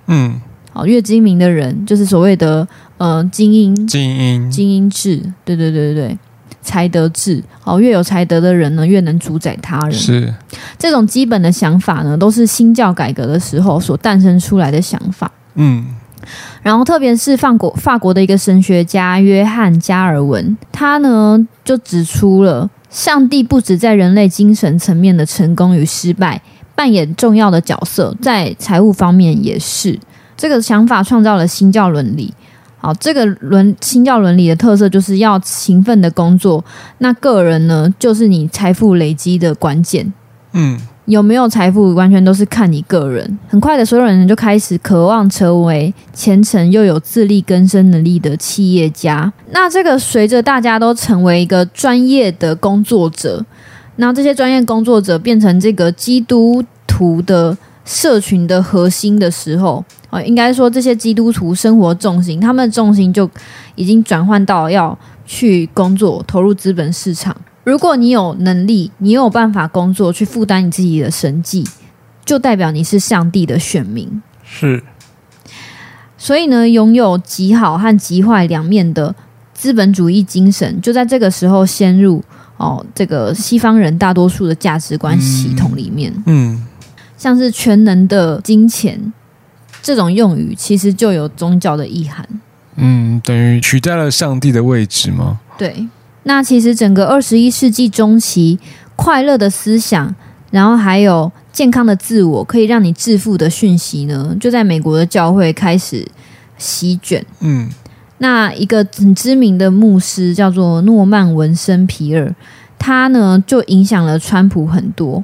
S2: 嗯，
S1: 好，越精明的人就是所谓的呃精英
S2: 精英，
S1: 精英制，对对对对对，才德制。好，越有才德的人呢，越能主宰他人。
S2: 是
S1: 这种基本的想法呢，都是新教改革的时候所诞生出来的想法。
S2: 嗯
S1: 然后，特别是法国法国的一个神学家约翰加尔文，他呢就指出了，上帝不止在人类精神层面的成功与失败扮演重要的角色，在财务方面也是。这个想法创造了新教伦理。好，这个伦新教伦理的特色就是要勤奋的工作，那个人呢就是你财富累积的关键。
S2: 嗯，
S1: 有没有财富，完全都是看你个人。很快的，所有人就开始渴望成为虔诚又有自力更生能力的企业家。那这个随着大家都成为一个专业的工作者，那这些专业工作者变成这个基督徒的社群的核心的时候，啊、应该说这些基督徒生活重心，他们的重心就已经转换到要去工作，投入资本市场。如果你有能力，你有办法工作去负担你自己的生计，就代表你是上帝的选民。
S2: 是
S1: 所以呢，拥有极好和极坏两面的资本主义精神，就在这个时候陷入哦，这个西方人大多数的价值观系统里面，
S2: 嗯
S1: 像是全能的金钱这种用语，其实就有宗教的意涵。
S2: 嗯，等于取代了上帝的位置吗？
S1: 对，那其实整个二十一世纪中期，快乐的思想，然后还有健康的自我，可以让你致富的讯息呢，就在美国的教会开始席卷。
S2: 嗯
S1: 那一个很知名的牧师叫做诺曼·文森皮尔，他呢就影响了川普很多。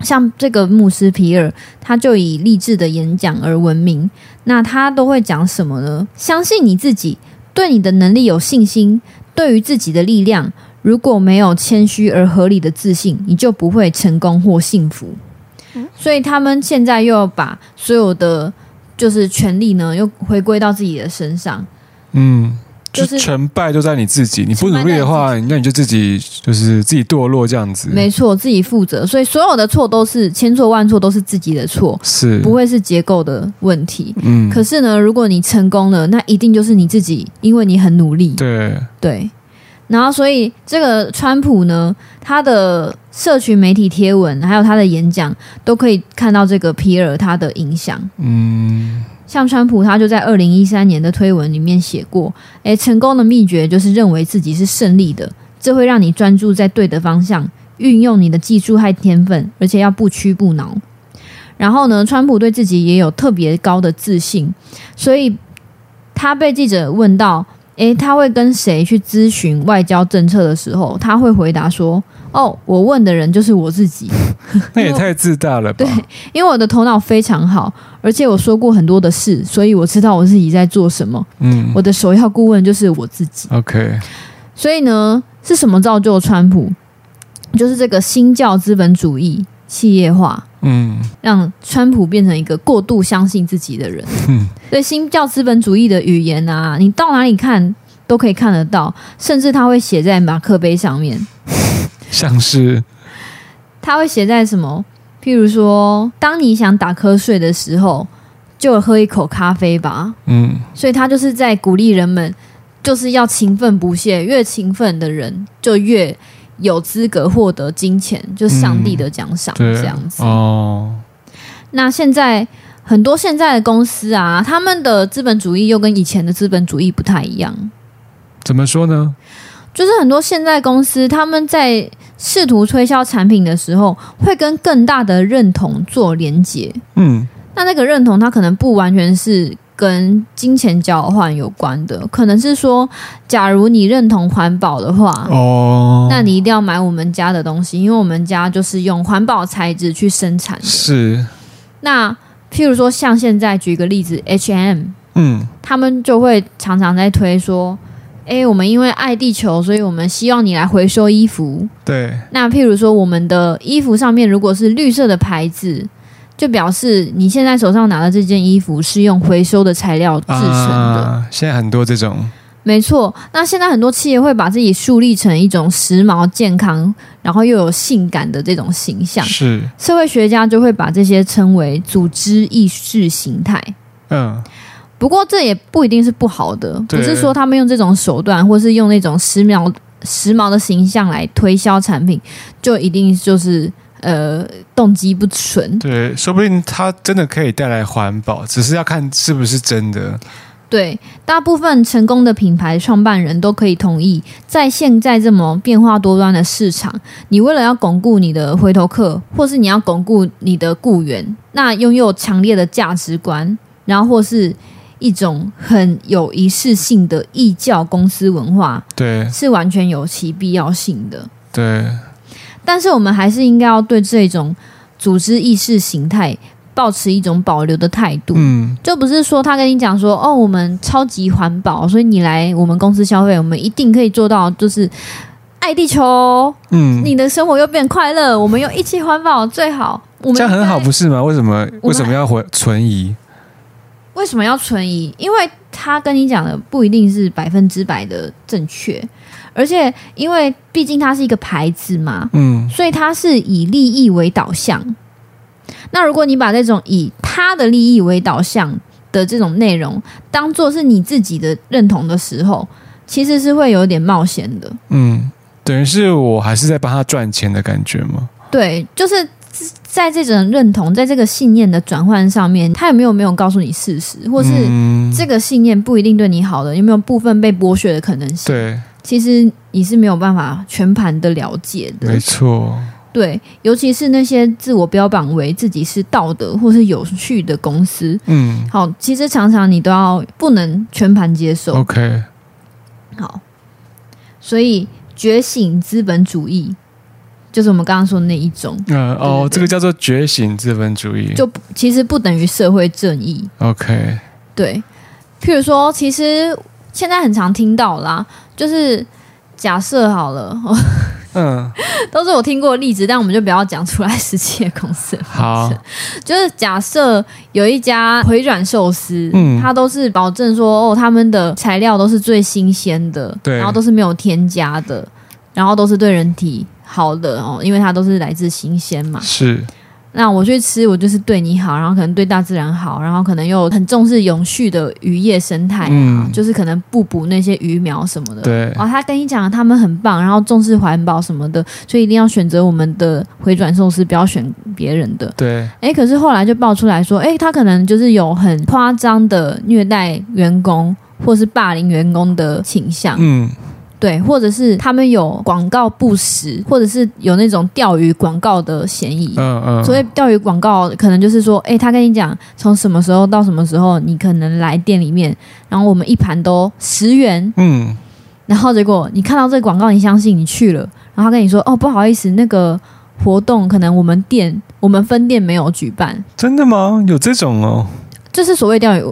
S1: 像这个牧师皮尔，他就以励志的演讲而闻名。那他都会讲什么呢？相信你自己，对你的能力有信心，对于自己的力量，如果没有谦虚而合理的自信，你就不会成功或幸福。所以他们现在又要把所有的就是权利呢，又回归到自己的身上。
S2: 嗯，
S1: 就
S2: 就是是成败都在你自己，你不
S1: 成败
S2: 努力的
S1: 在
S2: 话，那你就自己就是自己堕落这样子，
S1: 没错，自己负责，所以所有的错都是千错万错都是自己的错，
S2: 是
S1: 不会是结构的问题。
S2: 嗯，
S1: 可是呢，如果你成功了，那一定就是你自己，因为你很努力。
S2: 对，
S1: 对，然后所以这个川普呢，他的社群媒体贴文还有他的演讲，都可以看到这个皮尔他的影响。
S2: 嗯
S1: 像川普，他就在二零一三年的推文里面写过：“诶，成功的秘诀就是认为自己是胜利的，这会让你专注在对的方向，运用你的技术和天分，而且要不屈不挠。”然后呢，川普对自己也有特别高的自信，所以他被记者问到：“诶，他会跟谁去咨询外交政策的时候，他会回答说：‘哦，我问的人就是我自己。’”
S2: 那也太自大了吧？
S1: 对因为我的头脑非常好，而且我说过很多的事，所以我知道我自己在做什么。
S2: 嗯
S1: 我的首要顾问就是我自己。
S2: ，OK，
S1: 所以呢，是什么造就川普？就是这个新教资本主义企业化，
S2: 嗯
S1: 让川普变成一个过度相信自己的人
S2: (laughs) 嗯。
S1: 对新教资本主义的语言啊，你到哪里看都可以看得到，甚至他会写在马克杯上面。
S2: 像是
S1: 它会写在什么？譬如说，当你想打瞌睡的时候，就喝一口咖啡吧。
S2: 嗯
S1: 所以它就是在鼓励人们，就是要勤奋不懈，越勤奋的人就越有资格获得金钱，就上帝的奖赏、
S2: 嗯对
S1: 这样子。
S2: 哦，
S1: 那现在很多现在的公司啊，他们的资本主义又跟以前的资本主义不太一样。
S2: 怎么说呢？
S1: 就是很多现在公司他们在试图推销产品的时候，会跟更大的认同做连接。
S2: 嗯
S1: 那那个认同，它可能不完全是跟金钱交换有关的，可能是说，假如你认同环保的话，
S2: 哦，
S1: 那你一定要买我们家的东西，因为我们家就是用环保材质去生产的。
S2: 是
S1: 那譬如说，像现在举一个例子，H&M，
S2: 嗯
S1: 他们就会常常在推说，诶，我们因为爱地球，所以我们希望你来回收衣服。
S2: 对
S1: 那譬如说，我们的衣服上面如果是绿色的牌子，就表示你现在
S2: 啊
S1: 手上拿的这件衣服是用回收的材料制成的。
S2: 啊，现在很多这种
S1: 没错，那现在很多企业会把自己树立成一种时髦、健康，然后又有性感的这种形象。
S2: 是，
S1: 社会学家就会把这些称为组织意识形态。
S2: 嗯，
S1: 不过这也不一定是不好的，不
S2: 对
S1: 是说他们用这种手段，或是用那种时髦时髦的形象来推销产品，就一定就是呃动机不纯。
S2: 对，说不定它真的可以带来环保，只是要看是不是真的。
S1: 对，大部分成功的品牌创办人都可以同意，在现在这么变化多端的市场，你为了要巩固你的回头客，或是你要巩固你的雇员，那拥有强烈的价值观，然后或是一种很有仪式性的异教公司文化，
S2: 对
S1: 是完全有其必要性的。
S2: 对，
S1: 但是我们还是应该要对这种组织意识形态保持一种保留的态度。
S2: 嗯，
S1: 就不是说他跟你讲说哦，我们超级环保，所以你来我们公司消费，我们一定可以做到，就是爱地球，
S2: 嗯，
S1: 你的生活又变快乐，我们又一起环保最好。我们
S2: 这样很好，
S1: 应该
S2: 不是吗？为什么为什么要回存疑？
S1: 为什么要存疑？因为他跟你讲的不一定是百分之百的正确，而且因为毕竟它是一个牌子嘛，
S2: 嗯，
S1: 所以它是以利益为导向。那如果你把这种以他的利益为导向的这种内容当做是你自己的认同的时候，其实是会有点冒险的。
S2: 嗯，等于是我还是在帮他赚钱的感觉吗？
S1: 对，就是在这种认同，在这个信念的转换上面，他有没有没有告诉你事实，或是
S2: 嗯
S1: 这个信念不一定对你好的，有没有部分被剥削的可能性？
S2: 对，
S1: 其实你是没有办法全盘的了解的。
S2: 没错，
S1: 对，尤其是那些自我标榜为自己是道德或是有序的公司，
S2: 嗯
S1: 好，其实常常你都要不能全盘接受。
S2: ，OK，
S1: 好，所以觉醒资本主义就是我们刚刚说的那一种，
S2: 嗯、
S1: 对对
S2: 哦，
S1: 对
S2: 这个叫做觉醒资本主义
S1: 就不其实不等于社会正义。
S2: ，OK，
S1: 对，譬如说，其实现在很常听到啦，就是假设好了， (laughs)
S2: 嗯，
S1: 都是我听过的例子，但我们就不要讲出来实际的公司。
S2: 好，
S1: 就是假设有一家回转寿司，
S2: 嗯
S1: 它都是保证说哦，他们的材料都是最新鲜的，
S2: 对
S1: 然后都是没有添加的，然后都是对人体好的哦，因为它都是来自新鲜嘛。
S2: 是，
S1: 那我去吃，我就是对你好，然后可能对大自然好，然后可能又很重视永续的渔业生态啊，
S2: 嗯
S1: 就是可能不补那些鱼苗什么的。
S2: 对，
S1: 哦，他跟你讲他们很棒，然后重视环保什么的，所以一定要选择我们的回转寿司，不要选别人的。
S2: 对，
S1: 哎，可是后来就爆出来说，哎，他可能就是有很夸张的虐待员工或是霸凌员工的倾向，
S2: 嗯，
S1: 对，或者是他们有广告不实，或者是有那种钓鱼广告的嫌疑。
S2: 嗯嗯，
S1: 所以钓鱼广告可能就是说，哎、他跟你讲从什么时候到什么时候，你可能来店里面，然后我们一盘都十元，
S2: 嗯，
S1: 然后结果你看到这个广告，你相信你去了，然后他跟你说，哦，不好意思，那个活动可能我们店我们分店没有举办，
S2: 真的吗？有这种哦，
S1: 就是所谓钓鱼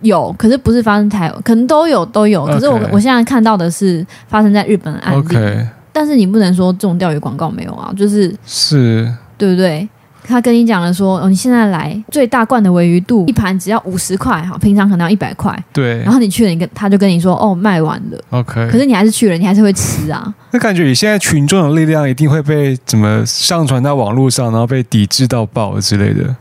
S1: 有，可是不是发生台，可能都有都有。
S2: OK
S1: 可是我我现在看到的是发生在日本的案例
S2: OK，
S1: 但是你不能说这种钓鱼广告没有啊，就是
S2: 是，
S1: 对不对？他跟你讲了说，哦，你现在来最大罐的尾鱼肚一盘只要五十块，好，平常可能要一百块。
S2: 对
S1: 然后你去了，你跟他就跟你说，哦，卖完了。
S2: ，OK。
S1: 可是你还是去了，你还是会吃啊。
S2: 那感觉以现在群众的力量，一定会被怎么上传到网络上，然后被抵制到爆之类的。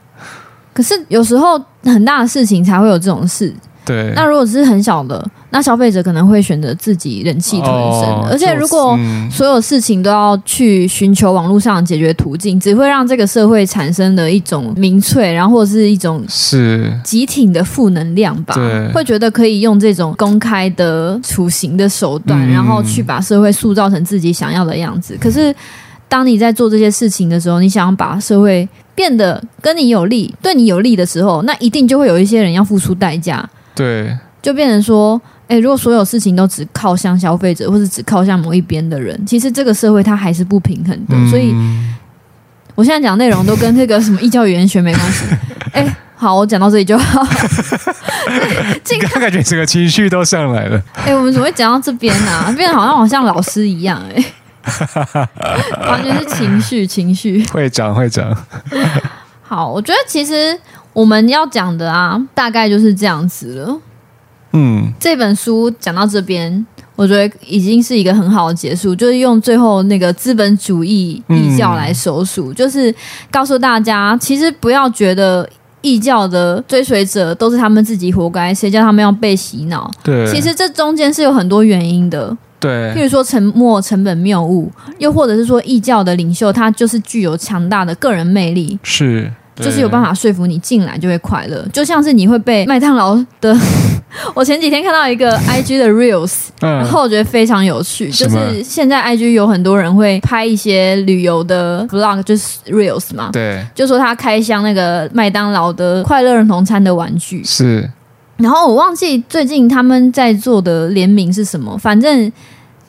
S1: 可是有时候很大的事情才会有这种事，
S2: 对，
S1: 那如果是很小的，那消费者可能会选择自己忍气吞声。
S2: 哦
S1: 而且如
S2: 就
S1: 果
S2: 是嗯
S1: 所有事情都要去寻求网络上的解决途径，只会让这个社会产生的一种民粹，然后或者是一种
S2: 是
S1: 集体的负能量吧
S2: 对。
S1: 会觉得可以用这种公开的处刑的手段，
S2: 嗯
S1: 然后去把社会塑造成自己想要的样子。可是，当你在做这些事情的时候，你想要把社会变得跟你有利、对你有利的时候，那一定就会有一些人要付出代价。
S2: 对，
S1: 就变成说，哎、如果所有事情都只靠向消费者，或是只靠向某一边的人，其实这个社会它还是不平衡的。所以
S2: 嗯
S1: 我现在讲内容都跟这个什么异教语言学没关系。哎、好，我讲到这里就好。
S2: 你刚刚感觉整个情绪都上来了。
S1: 哎、我们怎么会讲到这边呢、啊？变得好像好像老师一样、哎，完全是情绪，情绪。
S2: 会长，会长，
S1: 好，我觉得其实我们要讲的啊，大概就是这样子了。
S2: 嗯，
S1: 这本书讲到这边，我觉得已经是一个很好的结束，就是用最后那个资本主义异教来收束，就是告诉大家，其实不要觉得异教的追随者都是他们自己活该，谁叫他们要被洗脑？
S2: 对，
S1: 其实这中间是有很多原因的，譬
S2: 对
S1: 如说沉默成本谬误，又或者是说异教的领袖他就是具有强大的个人魅力，
S2: 是，
S1: 就是有办
S2: 法，
S1: 法说服你进来就会快乐，就像是你会被麦当劳的。 (laughs) 我前几天看到一个 IG 的 Reels，
S2: 嗯，
S1: 然后我觉得非常有趣，
S2: 什
S1: 就
S2: 么
S1: 是现在 IG 有很多人会拍一些旅游的 vlog，就是 Reels 嘛，
S2: 对
S1: 就说他开箱那个麦当劳的快乐儿童餐的玩具，
S2: 是，
S1: 然后我忘记最近他们在做的联名是什么，反正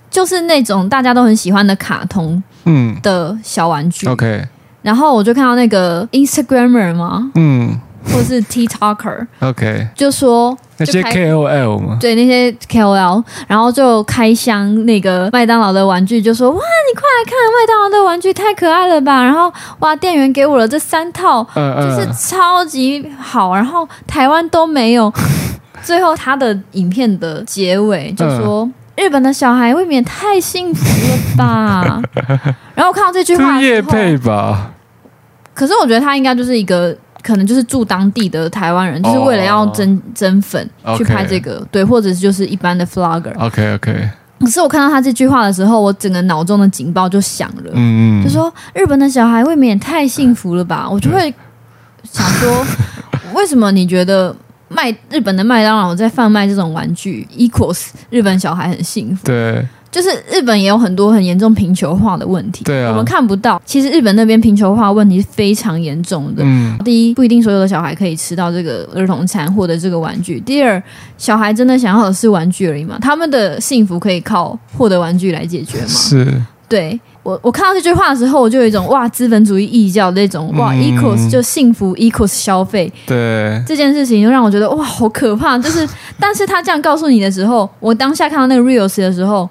S1: 就是那种大家都很喜欢的卡通
S2: 嗯
S1: 的小玩具。
S2: ，OK，
S1: 然后我就看到那个 Instagrammer 吗，
S2: 嗯
S1: 或是 TikToker，
S2: ，OK，
S1: (laughs) 就说
S2: 那
S1: 就
S2: 些
S1: 开
S2: KOL 嘛，
S1: 对那些 KOL，然后就开箱那个麦当劳的玩具，就说哇，你快来看麦当劳的玩具太可爱了吧！然后哇，店员给我了这三套，
S2: 嗯
S1: 就是
S2: 嗯，
S1: 超级好，然后台湾都没
S2: (laughs)
S1: 有。最后他的影片的结尾就说。
S2: 嗯
S1: 日本的小孩未免太幸福了
S2: (laughs)
S1: 吧？然后我看到这句
S2: 这
S1: 话
S2: 是
S1: 之
S2: 叶
S1: 后，
S2: 配吧？
S1: 可是我觉得他应该就是一个，可能就是住当地的台湾人，就是为了要增增粉
S2: 哦
S1: 去
S2: OK
S1: 拍这个，对，或者就是一般的 vlogger。
S2: OK OK，
S1: 可是我看到他这句话的时候，我整个脑中的警报就响了，
S2: 嗯嗯，嗯
S1: 就说日本的小孩未免也太幸福了吧？我就会想
S2: (laughs)
S1: 说，为什么你觉得麦日本的麦当劳在贩卖这种玩具，equals 日本小孩很幸福？
S2: 对
S1: 就是日本也有很多很严重贫穷化的问题，
S2: 对啊
S1: 我们看不到。其实日本那边贫穷化问题是非常严重的。
S2: 嗯
S1: 第一，不一定所有的小孩可以吃到这个儿童餐或者这个玩具。第二，小孩真的想要的是玩具而已嘛？他们的幸福可以靠获得玩具来解决吗？
S2: 是，
S1: 对我，我看到这句话的时候，我就有一种哇，资本主义异教那种哇、
S2: 嗯
S1: e q u a l s 就幸福 equals 消费
S2: 对
S1: 这件事情，就让我觉得哇，好可怕。就是，但是他这样告诉你的时候，我当下看到那个 reels 的时候。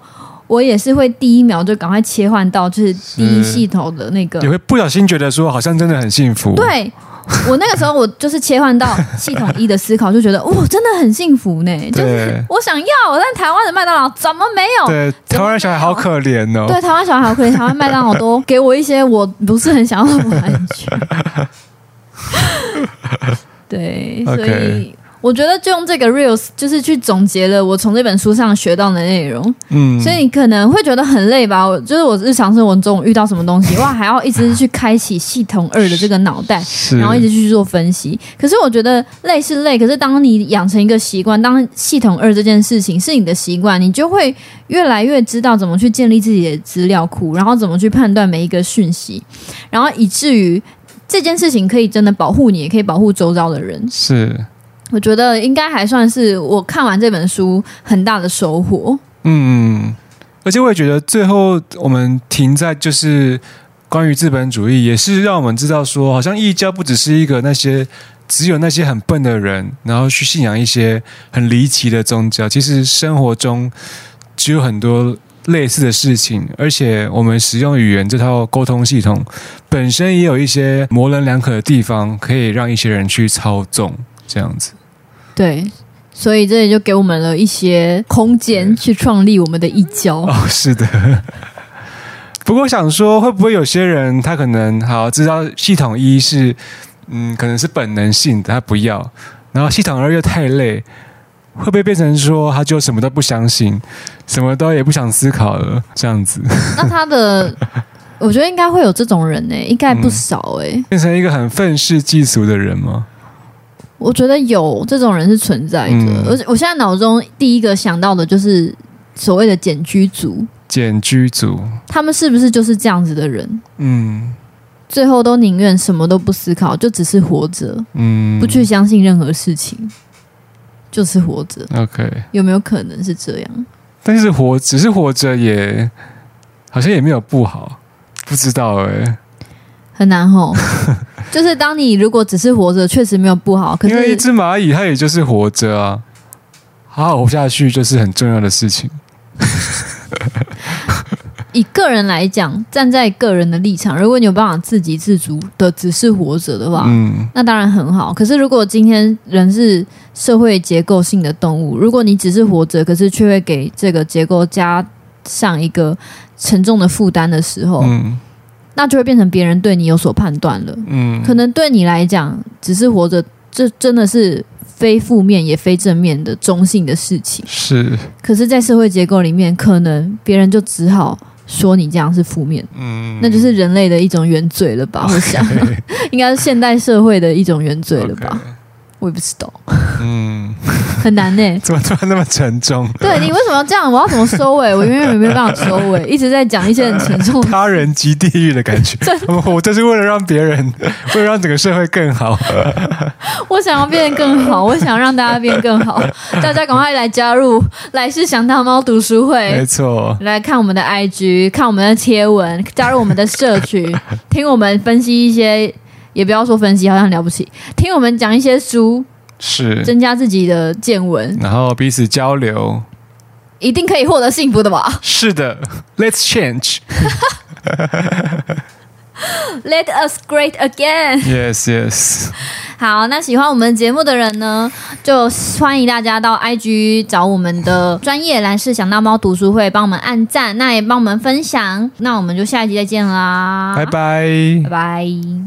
S1: 我也是会第一秒就赶快切换到就是第一
S2: 是
S1: 系统的那个
S2: 也会不小心觉得说好像真的很幸福，，
S1: 对我那个时候，我就是切换到系统一的思考，就觉得哇，真的很幸福呢，就是
S2: 对
S1: 我想要，但台湾的麦当劳怎哦么没有？
S2: 对，台湾小孩好可怜哦，
S1: 对，台湾小孩好可怜，台湾麦当劳都给我一些我不是很想要的玩
S2: (laughs)
S1: 具。对，所
S2: OK
S1: 以我觉得就用这个 reels 就是去总结了我从这本书上学到的内容。
S2: 嗯，
S1: 所以你可能会觉得很累吧？我就是我日常生活中遇到什么东西，哇，还要一直去开启系统二的这个脑袋，
S2: 是，
S1: 然后一直去做分析。可是我觉得累是累，可是当你养成一个习惯，当系统二这件事情是你的习惯，你就会越来越知道怎么去建立自己的资料库，然后怎么去判断每一个讯息，然后以至于这件事情可以真的保护你，也可以保护周遭的人。
S2: 是，
S1: 我觉得应该还算是我看完这本书很大的收获。
S2: 嗯，而且我也觉得最后我们停在就是关于资本主义，也是让我们知道说，好像异教不只是一个那些只有那些很笨的人，然后去信仰一些很离奇的宗教，其实生活中只有很多。类似的事情，而且我们使用语言这套沟通系统本身也有一些模棱两可的地方，可以让一些人去操纵，这样子。
S1: 对。所以这也就给我们了一些空间去创立我们的一交。
S2: 哦，是的。 (laughs) 不过我想说，会不会有些人他可能好知道系统一是嗯，可能是本能性的，他不要，然后系统二又太累，会不会变成说他就什么都不相信，什么都也不想思考了这样子， (laughs)
S1: (laughs) 那他的，我觉得应该会有这种人呢、应该不少哎、
S2: 变成一个很愤世嫉俗的人吗？
S1: 我觉得有这种人是存在的
S2: 嗯，
S1: 而且、我现在脑中第一个想到的就是所谓的简居族，
S2: 简居族，
S1: 他们是不是就是这样子的人？
S2: 嗯
S1: 最后都宁愿什么都不思考，就只是活着，
S2: 嗯，
S1: 不去相信任何事情，就是活着。
S2: OK，
S1: 有没有可能是这样？
S2: 但是活只是活着也好像也没有不好，不知道哎、
S1: 很难
S2: (laughs)
S1: 吼。就是当你如果只是活着，确实没有不好，可
S2: 因为一
S1: 是
S2: 只蚂蚁它也就是活着啊，好好活下去就是很重要的事情。
S1: 以个人来讲，站在个人的立场，如果你有办法自给自足的只是活着的话，
S2: 嗯，
S1: 那当然很好。可是如果今天人是社会结构性的动物，如果你只是活着，可是却会给这个结构加上一个沉重的负担的时候，
S2: 嗯
S1: 那就会变成别人对你有所判断了。
S2: 嗯，
S1: 可能对你来讲，只是活着，这真的是非负面也非正面的中性的事情。
S2: 是，
S1: 可是，在社会结构里面，可能别人就只好说你这样是负面，
S2: 嗯，
S1: 那就是人类的一种原罪了吧？我想， (laughs) 应该是现代社会的一种原罪了吧
S2: OK，
S1: 我也不知道，
S2: 嗯， (laughs)
S1: 很难呢、
S2: 怎么突然那么沉重？
S1: 对你为什么要这样？我要怎么收尾？我永远没办法收尾，一直在讲一些很沉重的。
S2: (laughs) 他人即地狱的
S1: (laughs)
S2: 感觉，我我这是为了让别人， (laughs) 为了让整个社会更好。
S1: 我想要变得更好，我想让大家变更好，大家赶快来加入来世想大猫读书会
S2: 没。错，
S1: 来看我们的 IG，看我们的贴文，加入我们的社
S2: (laughs)
S1: 群，听我们分析一些，也不要说分析，好像了不起，听我们讲一些书，
S2: 是，
S1: 增加自己的见闻，
S2: 然后彼此交流。
S1: 一定可以获得幸福的吧
S2: 是的，Let's
S1: (laughs)
S2: change。
S1: ？Let us great again。
S2: Yes, yes。
S1: 好，那喜欢我们节目的人呢，就欢迎大家到 IG 找我们的专业蓝氏想到猫读书会，帮我们按啊赞，那也帮我们分享，那我们就下一集再见啦，
S2: 拜拜。
S1: 拜拜